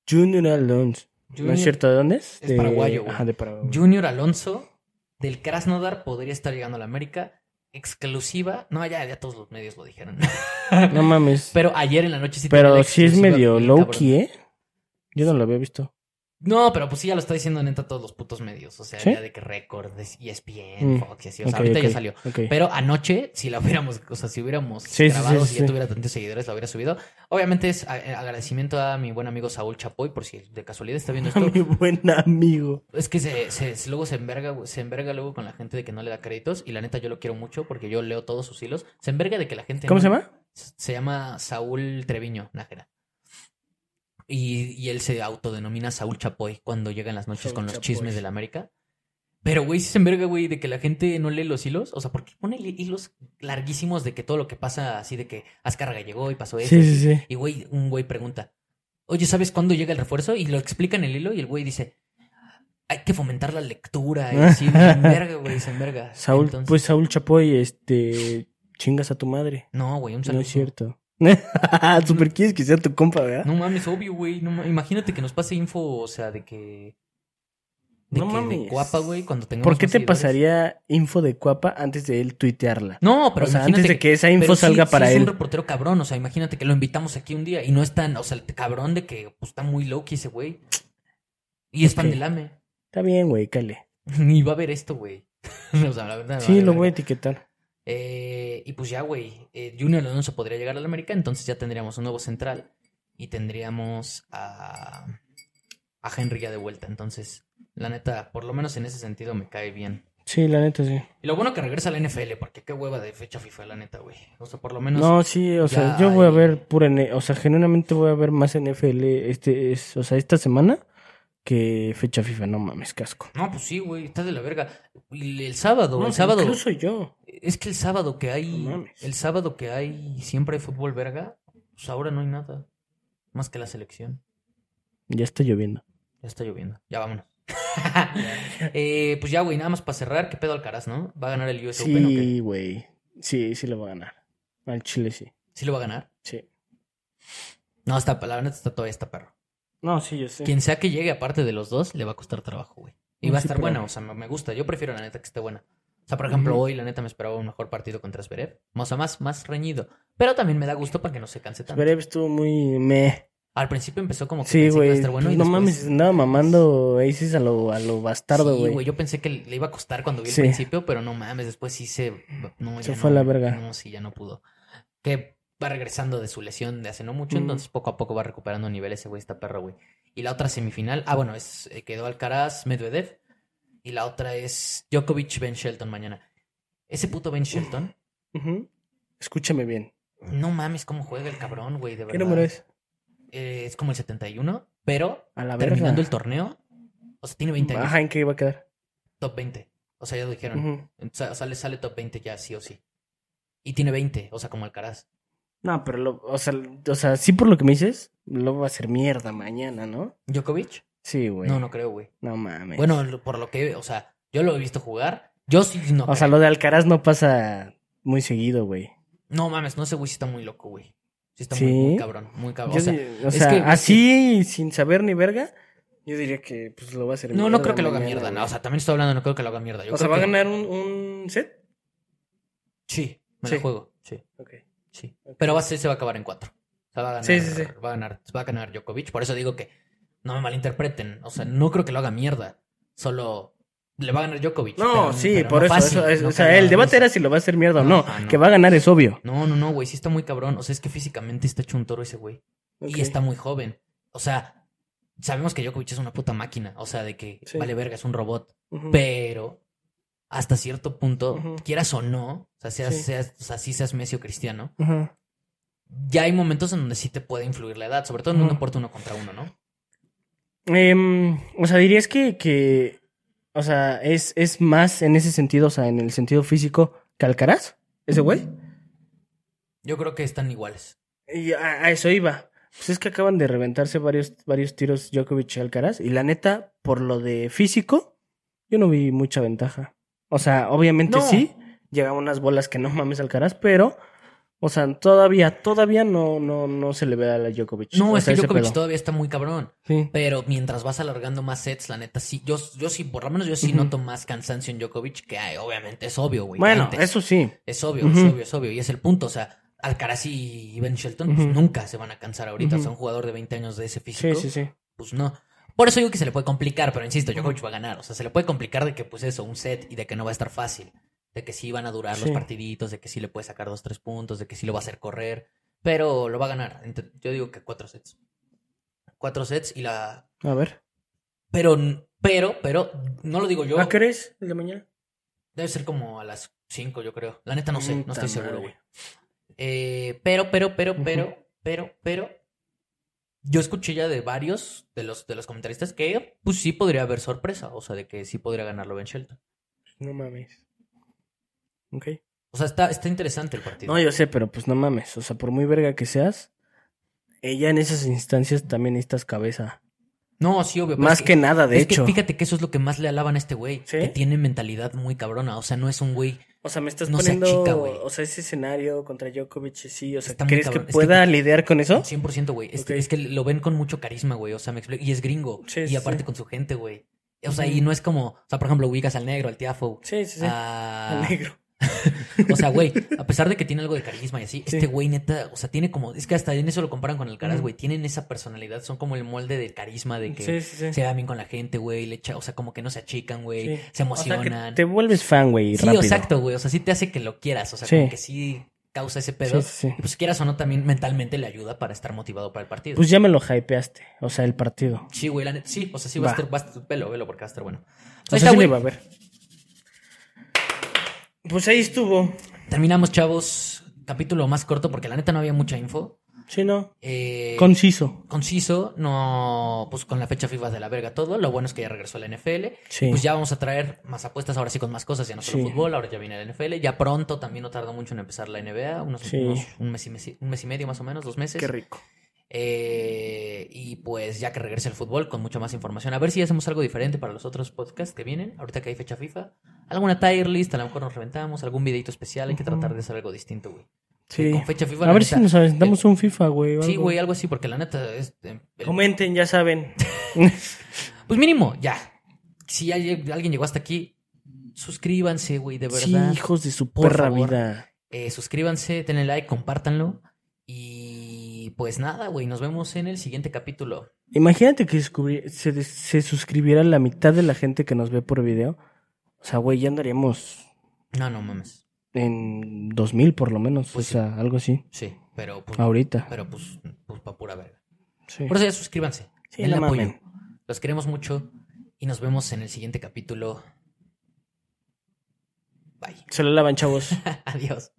Speaker 2: Junior Alonso. ¿No
Speaker 1: Junior-
Speaker 2: es cierto de dónde es?
Speaker 1: es paraguayo, güey.
Speaker 2: Ajá, de Paraguay.
Speaker 1: Junior Alonso del Krasnodar podría estar llegando a la América exclusiva. No, ya, ya todos los medios lo dijeron.
Speaker 2: No mames.
Speaker 1: Pero ayer en la noche sí tenía
Speaker 2: Pero
Speaker 1: la
Speaker 2: sí es
Speaker 1: exclusiva,
Speaker 2: medio
Speaker 1: bien
Speaker 2: low-key,
Speaker 1: cabrón.
Speaker 2: ¿eh? Yo no lo había visto.
Speaker 1: No, pero pues sí ya lo está diciendo neta todos los putos medios. O sea,
Speaker 2: ¿Sí?
Speaker 1: ya de que Record, de ESPN,
Speaker 2: Mm.
Speaker 1: Fox y así. O sea,
Speaker 2: Ok,
Speaker 1: ahorita
Speaker 2: ok,
Speaker 1: ya salió.
Speaker 2: ok.
Speaker 1: Pero anoche, si la hubiéramos, o sea, si hubiéramos
Speaker 2: Sí, sí,
Speaker 1: grabado,
Speaker 2: sí,
Speaker 1: si
Speaker 2: sí,
Speaker 1: ya
Speaker 2: sí.
Speaker 1: tuviera tantos seguidores, la hubiera subido. Obviamente es a- eh, agradecimiento a mi buen amigo Saúl Chapoy, por si de casualidad está viendo
Speaker 2: A
Speaker 1: esto.
Speaker 2: mi buen amigo.
Speaker 1: Es que se, se- se- luego se enverga, güey, se enverga luego con la gente de que no le da créditos. Y la neta, yo lo quiero mucho porque yo leo todos sus hilos. Se enverga de que la gente.
Speaker 2: ¿Cómo
Speaker 1: no-
Speaker 2: se llama?
Speaker 1: Se llama Saúl Treviño, Nájera. Y, y él se autodenomina Saúl Chapoy cuando llega en las noches
Speaker 2: Saúl
Speaker 1: con los
Speaker 2: Chapoy.
Speaker 1: chismes de la América. Pero, güey, sí se enverga, güey, de que la gente no lee los hilos. O sea, porque pone li- hilos larguísimos de que todo lo que pasa, así de que Azcárraga llegó y pasó esto.
Speaker 2: Sí, sí, sí.
Speaker 1: Y güey, un güey pregunta, oye, ¿sabes cuándo llega el refuerzo? Y lo explica en el hilo y el güey dice, hay que fomentar la lectura. Y así, se enverga, güey, se enverga.
Speaker 2: Saúl,
Speaker 1: Entonces-
Speaker 2: pues Saúl Chapoy, este. Chingas a tu madre.
Speaker 1: No, güey, un saludo.
Speaker 2: No es cierto. Super quieres que sea tu compa, ¿verdad?
Speaker 1: No mames, obvio, güey. no ma- imagínate que nos pase info, o sea, de que... De
Speaker 2: No
Speaker 1: que de
Speaker 2: mames.
Speaker 1: Cuapa, güey, cuando tengamos
Speaker 2: ¿Por qué
Speaker 1: más
Speaker 2: te
Speaker 1: seguidores.
Speaker 2: pasaría info de cuapa antes de él tuitearla?
Speaker 1: No, pero
Speaker 2: o sea,
Speaker 1: imagínate
Speaker 2: antes de que esa info
Speaker 1: pero sí-
Speaker 2: salga
Speaker 1: sí
Speaker 2: para
Speaker 1: es un
Speaker 2: él.
Speaker 1: reportero cabrón, o sea, imagínate que lo invitamos aquí un día y no es tan, o sea, el cabrón de que pues, está muy low ese güey. Y es fan
Speaker 2: Ok.
Speaker 1: del AME.
Speaker 2: Está bien, güey, cale.
Speaker 1: Ni va a ver esto, güey. o sea, la verdad.
Speaker 2: Sí,
Speaker 1: Ah, vale
Speaker 2: lo
Speaker 1: verga.
Speaker 2: voy a etiquetar.
Speaker 1: Eh, y pues ya, güey. eh, Junior Alonso podría llegar al América, entonces ya tendríamos un nuevo central. Y tendríamos a. a Henry ya de vuelta. Entonces, la neta, por lo menos en ese sentido me cae bien.
Speaker 2: Sí, la neta, sí.
Speaker 1: Y lo bueno que regresa a la NFL, porque qué hueva de fecha FIFA, la neta, güey. O sea, por lo menos.
Speaker 2: No, sí, o sea,
Speaker 1: ya
Speaker 2: yo voy a
Speaker 1: hay-
Speaker 2: ver pura, N- o sea, genuinamente voy a ver más NFL este es, o sea, esta semana que fecha FIFA, no mames, casco.
Speaker 1: No, pues sí, güey, está de la verga. Y el sábado,
Speaker 2: No,
Speaker 1: el sábado.
Speaker 2: Incluso yo.
Speaker 1: Es que el sábado que hay.
Speaker 2: No mames.
Speaker 1: el sábado que hay siempre hay fútbol verga. Pues ahora no hay nada. Más que la selección.
Speaker 2: Ya está lloviendo.
Speaker 1: Ya está lloviendo. Ya vámonos. Eh, pues ya, güey, nada más para cerrar, ¿qué pedo Alcaraz, no? ¿Va a ganar el US Open o qué?
Speaker 2: Sí, güey. Sí, sí lo va a ganar. Al Chile sí.
Speaker 1: ¿Sí lo va a ganar?
Speaker 2: Sí.
Speaker 1: No, está, la neta está todavía está perro.
Speaker 2: No, sí, yo sé.
Speaker 1: Quien sea que llegue aparte de los dos, le va a costar trabajo, güey. Y
Speaker 2: No,
Speaker 1: va a
Speaker 2: sí,
Speaker 1: estar
Speaker 2: pero-
Speaker 1: buena, o sea, me me gusta. Yo prefiero la neta que esté buena. O sea, por ejemplo,
Speaker 2: Ujú.
Speaker 1: hoy la neta me esperaba un mejor partido contra Zverev. O sea, más, más reñido. Pero también me da gusto para que no se canse tanto.
Speaker 2: Zverev estuvo muy meh.
Speaker 1: Al principio empezó como que
Speaker 2: Sí,
Speaker 1: pensé que iba a
Speaker 2: güey.
Speaker 1: estar bueno y
Speaker 2: no
Speaker 1: después-
Speaker 2: mames, andaba mamando aces a lo, a lo bastardo,
Speaker 1: Sí,
Speaker 2: güey.
Speaker 1: Yo pensé que le iba a costar cuando vi
Speaker 2: Sí.
Speaker 1: el principio, pero no mames, después sí se. No,
Speaker 2: Se
Speaker 1: ya
Speaker 2: fue
Speaker 1: no,
Speaker 2: a la verga.
Speaker 1: No, sí, ya no pudo. Que va regresando de su lesión de hace no mucho,
Speaker 2: Mm.
Speaker 1: entonces poco a poco va recuperando nivel ese güey, esta perro, güey. Y la otra semifinal, ah, bueno, es eh, quedó Alcaraz, Medvedev. Y la otra es Djokovic, Ben Shelton mañana. Ese puto Ben Shelton,
Speaker 2: Ujú. Escúchame bien.
Speaker 1: no mames cómo juega el cabrón, güey, de verdad.
Speaker 2: ¿Qué número es?
Speaker 1: Eh, es como el 71, pero
Speaker 2: A la verga.
Speaker 1: terminando el torneo, o sea, tiene 20 años,
Speaker 2: Ajá, ¿en qué iba a quedar?
Speaker 1: top 20. O sea, ya lo dijeron.
Speaker 2: Ujú.
Speaker 1: O sea, sale, sale top 20 ya, sí o sí. Y tiene 20, o sea, como Alcaraz.
Speaker 2: No, pero lo, o sea, o sea, sí por lo que me dices, lo va a ser mierda mañana, ¿no?
Speaker 1: ¿Djokovic?
Speaker 2: Sí, güey.
Speaker 1: No, no creo, güey.
Speaker 2: No mames.
Speaker 1: Bueno, lo- por lo que, o sea, yo lo he visto jugar. Yo sí no.
Speaker 2: o sea,
Speaker 1: creo.
Speaker 2: lo de Alcaraz no pasa muy seguido, güey.
Speaker 1: No mames, no, ese güey sí está muy loco, güey. Sí está
Speaker 2: ¿Sí?
Speaker 1: Muy, muy cabrón, muy cabrón.
Speaker 2: Yo
Speaker 1: o sea,
Speaker 2: di- o
Speaker 1: es
Speaker 2: sea,
Speaker 1: que-
Speaker 2: así, sin saber ni verga, yo diría que pues lo va a hacer
Speaker 1: no, no
Speaker 2: mierda
Speaker 1: creo que lo haga
Speaker 2: mañana,
Speaker 1: mierda.
Speaker 2: güey.
Speaker 1: No, o sea, también estoy hablando, no creo que lo haga mierda. Yo
Speaker 2: O sea,
Speaker 1: creo
Speaker 2: ¿va a
Speaker 1: que-
Speaker 2: ganar un, un set?
Speaker 1: Sí, me
Speaker 2: Sí.
Speaker 1: la juego, sí.
Speaker 2: Ok.
Speaker 1: Sí.
Speaker 2: Ok.
Speaker 1: Pero va a ser, se va a acabar en cuatro. O sea, va a ganar,
Speaker 2: Sí, sí, sí.
Speaker 1: Va a ganar, va a ganar Djokovic. Por eso digo que no me malinterpreten. O sea, no creo que lo haga mierda. Solo le va a ganar Djokovic.
Speaker 2: No,
Speaker 1: pero-
Speaker 2: sí,
Speaker 1: pero
Speaker 2: por
Speaker 1: no
Speaker 2: eso.
Speaker 1: fácil,
Speaker 2: eso es-
Speaker 1: no
Speaker 2: o sea,
Speaker 1: cagado,
Speaker 2: el
Speaker 1: no
Speaker 2: debate
Speaker 1: sé.
Speaker 2: era si lo va a hacer mierda o no.
Speaker 1: Ajá, no.
Speaker 2: Que va a ganar es obvio.
Speaker 1: No, no, no, güey. Sí está muy cabrón. O sea, es que físicamente está hecho un toro ese güey.
Speaker 2: Ok.
Speaker 1: Y está muy joven. O sea, sabemos que Djokovic es una puta máquina. O sea, de que
Speaker 2: Sí.
Speaker 1: vale verga, es un robot.
Speaker 2: Ujú.
Speaker 1: Pero hasta cierto punto,
Speaker 2: Ujú.
Speaker 1: quieras o no, o sea, seas,
Speaker 2: Sí.
Speaker 1: seas, o sea, sí seas Messi o Cristiano,
Speaker 2: Ajá.
Speaker 1: ya hay momentos en donde sí te puede influir la edad, sobre todo en un
Speaker 2: Ujú.
Speaker 1: deporte uno contra uno, ¿no?
Speaker 2: Em, o sea, dirías que, que o sea, es, es más en ese sentido, o sea, en el sentido físico que Alcaraz, ese güey.
Speaker 1: Yo creo que están iguales.
Speaker 2: Y a, a eso iba. Pues es que acaban de reventarse varios, varios tiros Djokovic y Alcaraz. Y la neta, por lo de físico, yo no vi mucha ventaja. O sea, obviamente
Speaker 1: No.
Speaker 2: sí, llegaban unas bolas que no mames Alcaraz, pero, o sea, todavía, todavía no, no, no se le ve a la Djokovic.
Speaker 1: No,
Speaker 2: O
Speaker 1: es
Speaker 2: sea,
Speaker 1: que
Speaker 2: ese
Speaker 1: Djokovic
Speaker 2: pedo.
Speaker 1: todavía está muy cabrón.
Speaker 2: Sí.
Speaker 1: Pero mientras vas alargando más sets, la neta, sí. Yo, yo sí, por lo menos yo sí
Speaker 2: Ujú.
Speaker 1: noto más cansancio en Djokovic, que ay, obviamente es obvio, güey.
Speaker 2: Bueno,
Speaker 1: antes.
Speaker 2: eso sí.
Speaker 1: Es obvio,
Speaker 2: Ujú.
Speaker 1: es obvio, es obvio. Y es el punto, o sea, Alcaraz y Ben Shelton pues,
Speaker 2: Ujú.
Speaker 1: nunca se van a cansar ahorita. O sea,
Speaker 2: Ujú.
Speaker 1: un jugador de 20 años de ese físico,
Speaker 2: Sí, sí, sí.
Speaker 1: pues no. Por eso digo que se le puede complicar, pero insisto,
Speaker 2: Ujú.
Speaker 1: Djokovic va a ganar. O sea, se le puede complicar de que, pues eso, un set y de que no va a estar fácil. De que sí van a durar los
Speaker 2: Sí.
Speaker 1: partiditos, de que sí le puede sacar dos, tres puntos, de que sí lo va a hacer correr. Pero lo va a ganar. Ent- Yo digo que cuatro sets. Cuatro sets y la...
Speaker 2: A ver.
Speaker 1: Pero, pero, pero, no lo digo yo.
Speaker 2: ¿A qué hora es el de mañana?
Speaker 1: Debe ser como a las 5, yo creo. La neta no sé, no
Speaker 2: Puta
Speaker 1: estoy seguro,
Speaker 2: madre.
Speaker 1: güey. Eh, pero, pero, pero,
Speaker 2: Ujú.
Speaker 1: pero, pero, pero. Yo escuché ya de varios de los, de los comentaristas que pues sí podría haber sorpresa. O sea, de que sí podría ganarlo Ben Shelton.
Speaker 2: No mames. Ok.
Speaker 1: O sea, está, está interesante el partido.
Speaker 2: No, yo sé, pero pues no mames. O sea, por muy verga que seas, ella en esas instancias también necesitas cabeza.
Speaker 1: No, sí, obvio. pero
Speaker 2: Más
Speaker 1: es
Speaker 2: que, nada, de
Speaker 1: es
Speaker 2: hecho.
Speaker 1: que fíjate que eso es lo que más le alaban a este güey.
Speaker 2: ¿Sí?
Speaker 1: Que tiene mentalidad muy cabrona. O sea, no es un güey.
Speaker 2: o sea, me estás
Speaker 1: no se
Speaker 2: poniendo.
Speaker 1: achica, güey.
Speaker 2: o sea, ese escenario contra Djokovic, eh, sí. O sea,
Speaker 1: Está muy
Speaker 2: ¿crees que
Speaker 1: cabrón. Es que
Speaker 2: pueda
Speaker 1: te-
Speaker 2: lidiar con eso?
Speaker 1: 100%, güey. Es,
Speaker 2: Ok.
Speaker 1: es que lo ven con mucho carisma, güey. O sea, me explico. Y es gringo.
Speaker 2: Sí, sí,
Speaker 1: y aparte
Speaker 2: sí.
Speaker 1: con su gente, güey. O sea,
Speaker 2: Ujú.
Speaker 1: y no es como. O sea, por ejemplo, ubicas al negro, al tiafo.
Speaker 2: Sí, sí, sí.
Speaker 1: Ah, a-
Speaker 2: Al negro.
Speaker 1: O sea, güey, a pesar de que tiene algo de carisma y así,
Speaker 2: Sí.
Speaker 1: este güey neta, o sea, tiene como, es que hasta en eso lo comparan con el caras,
Speaker 2: Ujú.
Speaker 1: güey, tienen esa personalidad, son como el molde de carisma, de que
Speaker 2: Sí, sí, sí.
Speaker 1: se dan bien con la gente, güey, le echa, o sea, como que no se achican, güey,
Speaker 2: Sí.
Speaker 1: se
Speaker 2: O sea, que
Speaker 1: emocionan.
Speaker 2: te vuelves fan, güey,
Speaker 1: sí,
Speaker 2: rápido.
Speaker 1: exacto, güey, o sea, sí te hace que lo quieras, o sea,
Speaker 2: Sí.
Speaker 1: como que sí causa ese
Speaker 2: Sí,
Speaker 1: pedo.
Speaker 2: sí,
Speaker 1: Y
Speaker 2: sí.
Speaker 1: pues quieras o no, también mentalmente le ayuda para estar motivado para el partido.
Speaker 2: Pues ya me lo hypeaste. O sea, el partido.
Speaker 1: sí, güey, la neta, sí, o sea, sí va, a
Speaker 2: Va.
Speaker 1: estar, va a estar, velo, velo, porque va a estar bueno.
Speaker 2: O
Speaker 1: Ahí
Speaker 2: sea,
Speaker 1: está,
Speaker 2: sí le
Speaker 1: güey.
Speaker 2: va a ver. Pues ahí estuvo.
Speaker 1: Terminamos, chavos. Capítulo más corto porque la neta no había mucha info.
Speaker 2: Sí, no.
Speaker 1: Eh,
Speaker 2: Conciso.
Speaker 1: conciso, no, pues con la fecha FIFA de la verga todo. Lo bueno es que ya regresó la NFL.
Speaker 2: Sí.
Speaker 1: Pues ya vamos a traer más apuestas, ahora sí con más cosas, ya no solo
Speaker 2: Sí.
Speaker 1: fútbol, ahora ya viene la NFL. Ya pronto también no tarda mucho en empezar la NBA, unos,
Speaker 2: Sí.
Speaker 1: unos- un, mes y mes- un mes y medio más o menos, dos meses.
Speaker 2: Qué rico.
Speaker 1: Eh, y pues ya que regrese el fútbol con mucha más información. A ver si hacemos algo diferente para los otros podcasts que vienen. Ahorita que hay fecha FIFA. Alguna tier list, a lo mejor nos reventamos. Algún videito especial. Hay que
Speaker 2: Ujú.
Speaker 1: tratar de hacer algo distinto, güey.
Speaker 2: Sí.
Speaker 1: Con fecha FIFA.
Speaker 2: A
Speaker 1: la
Speaker 2: ver
Speaker 1: neta,
Speaker 2: si nos aventamos un FIFA, güey. o
Speaker 1: Sí,
Speaker 2: algo.
Speaker 1: güey, algo así, porque la neta. es- eh, el-
Speaker 2: Comenten, ya saben.
Speaker 1: pues mínimo, ya. Si ya lleg- alguien llegó hasta aquí, suscríbanse, güey, de
Speaker 2: Sí,
Speaker 1: verdad.
Speaker 2: hijos de su
Speaker 1: Por
Speaker 2: perra
Speaker 1: favor.
Speaker 2: vida.
Speaker 1: Eh, suscríbanse, denle like, compártanlo. Y pues nada, güey, nos vemos en el siguiente capítulo.
Speaker 2: Imagínate que descubri- se, des- se suscribiera la mitad de la gente que nos ve por video. O sea, güey, ya andaríamos
Speaker 1: No, no mames.
Speaker 2: en 2000 por lo menos.
Speaker 1: Pues sí.
Speaker 2: o sea, algo así.
Speaker 1: Sí, pero pues,
Speaker 2: Ahorita.
Speaker 1: pero pues, pues pa' pura verga.
Speaker 2: Sí.
Speaker 1: Por eso ya suscríbanse.
Speaker 2: Sí,
Speaker 1: denle
Speaker 2: no
Speaker 1: apoyo.
Speaker 2: mamen.
Speaker 1: Los queremos mucho y nos vemos en el siguiente capítulo. Bye.
Speaker 2: Se lo lavan, chavos.
Speaker 1: Adiós.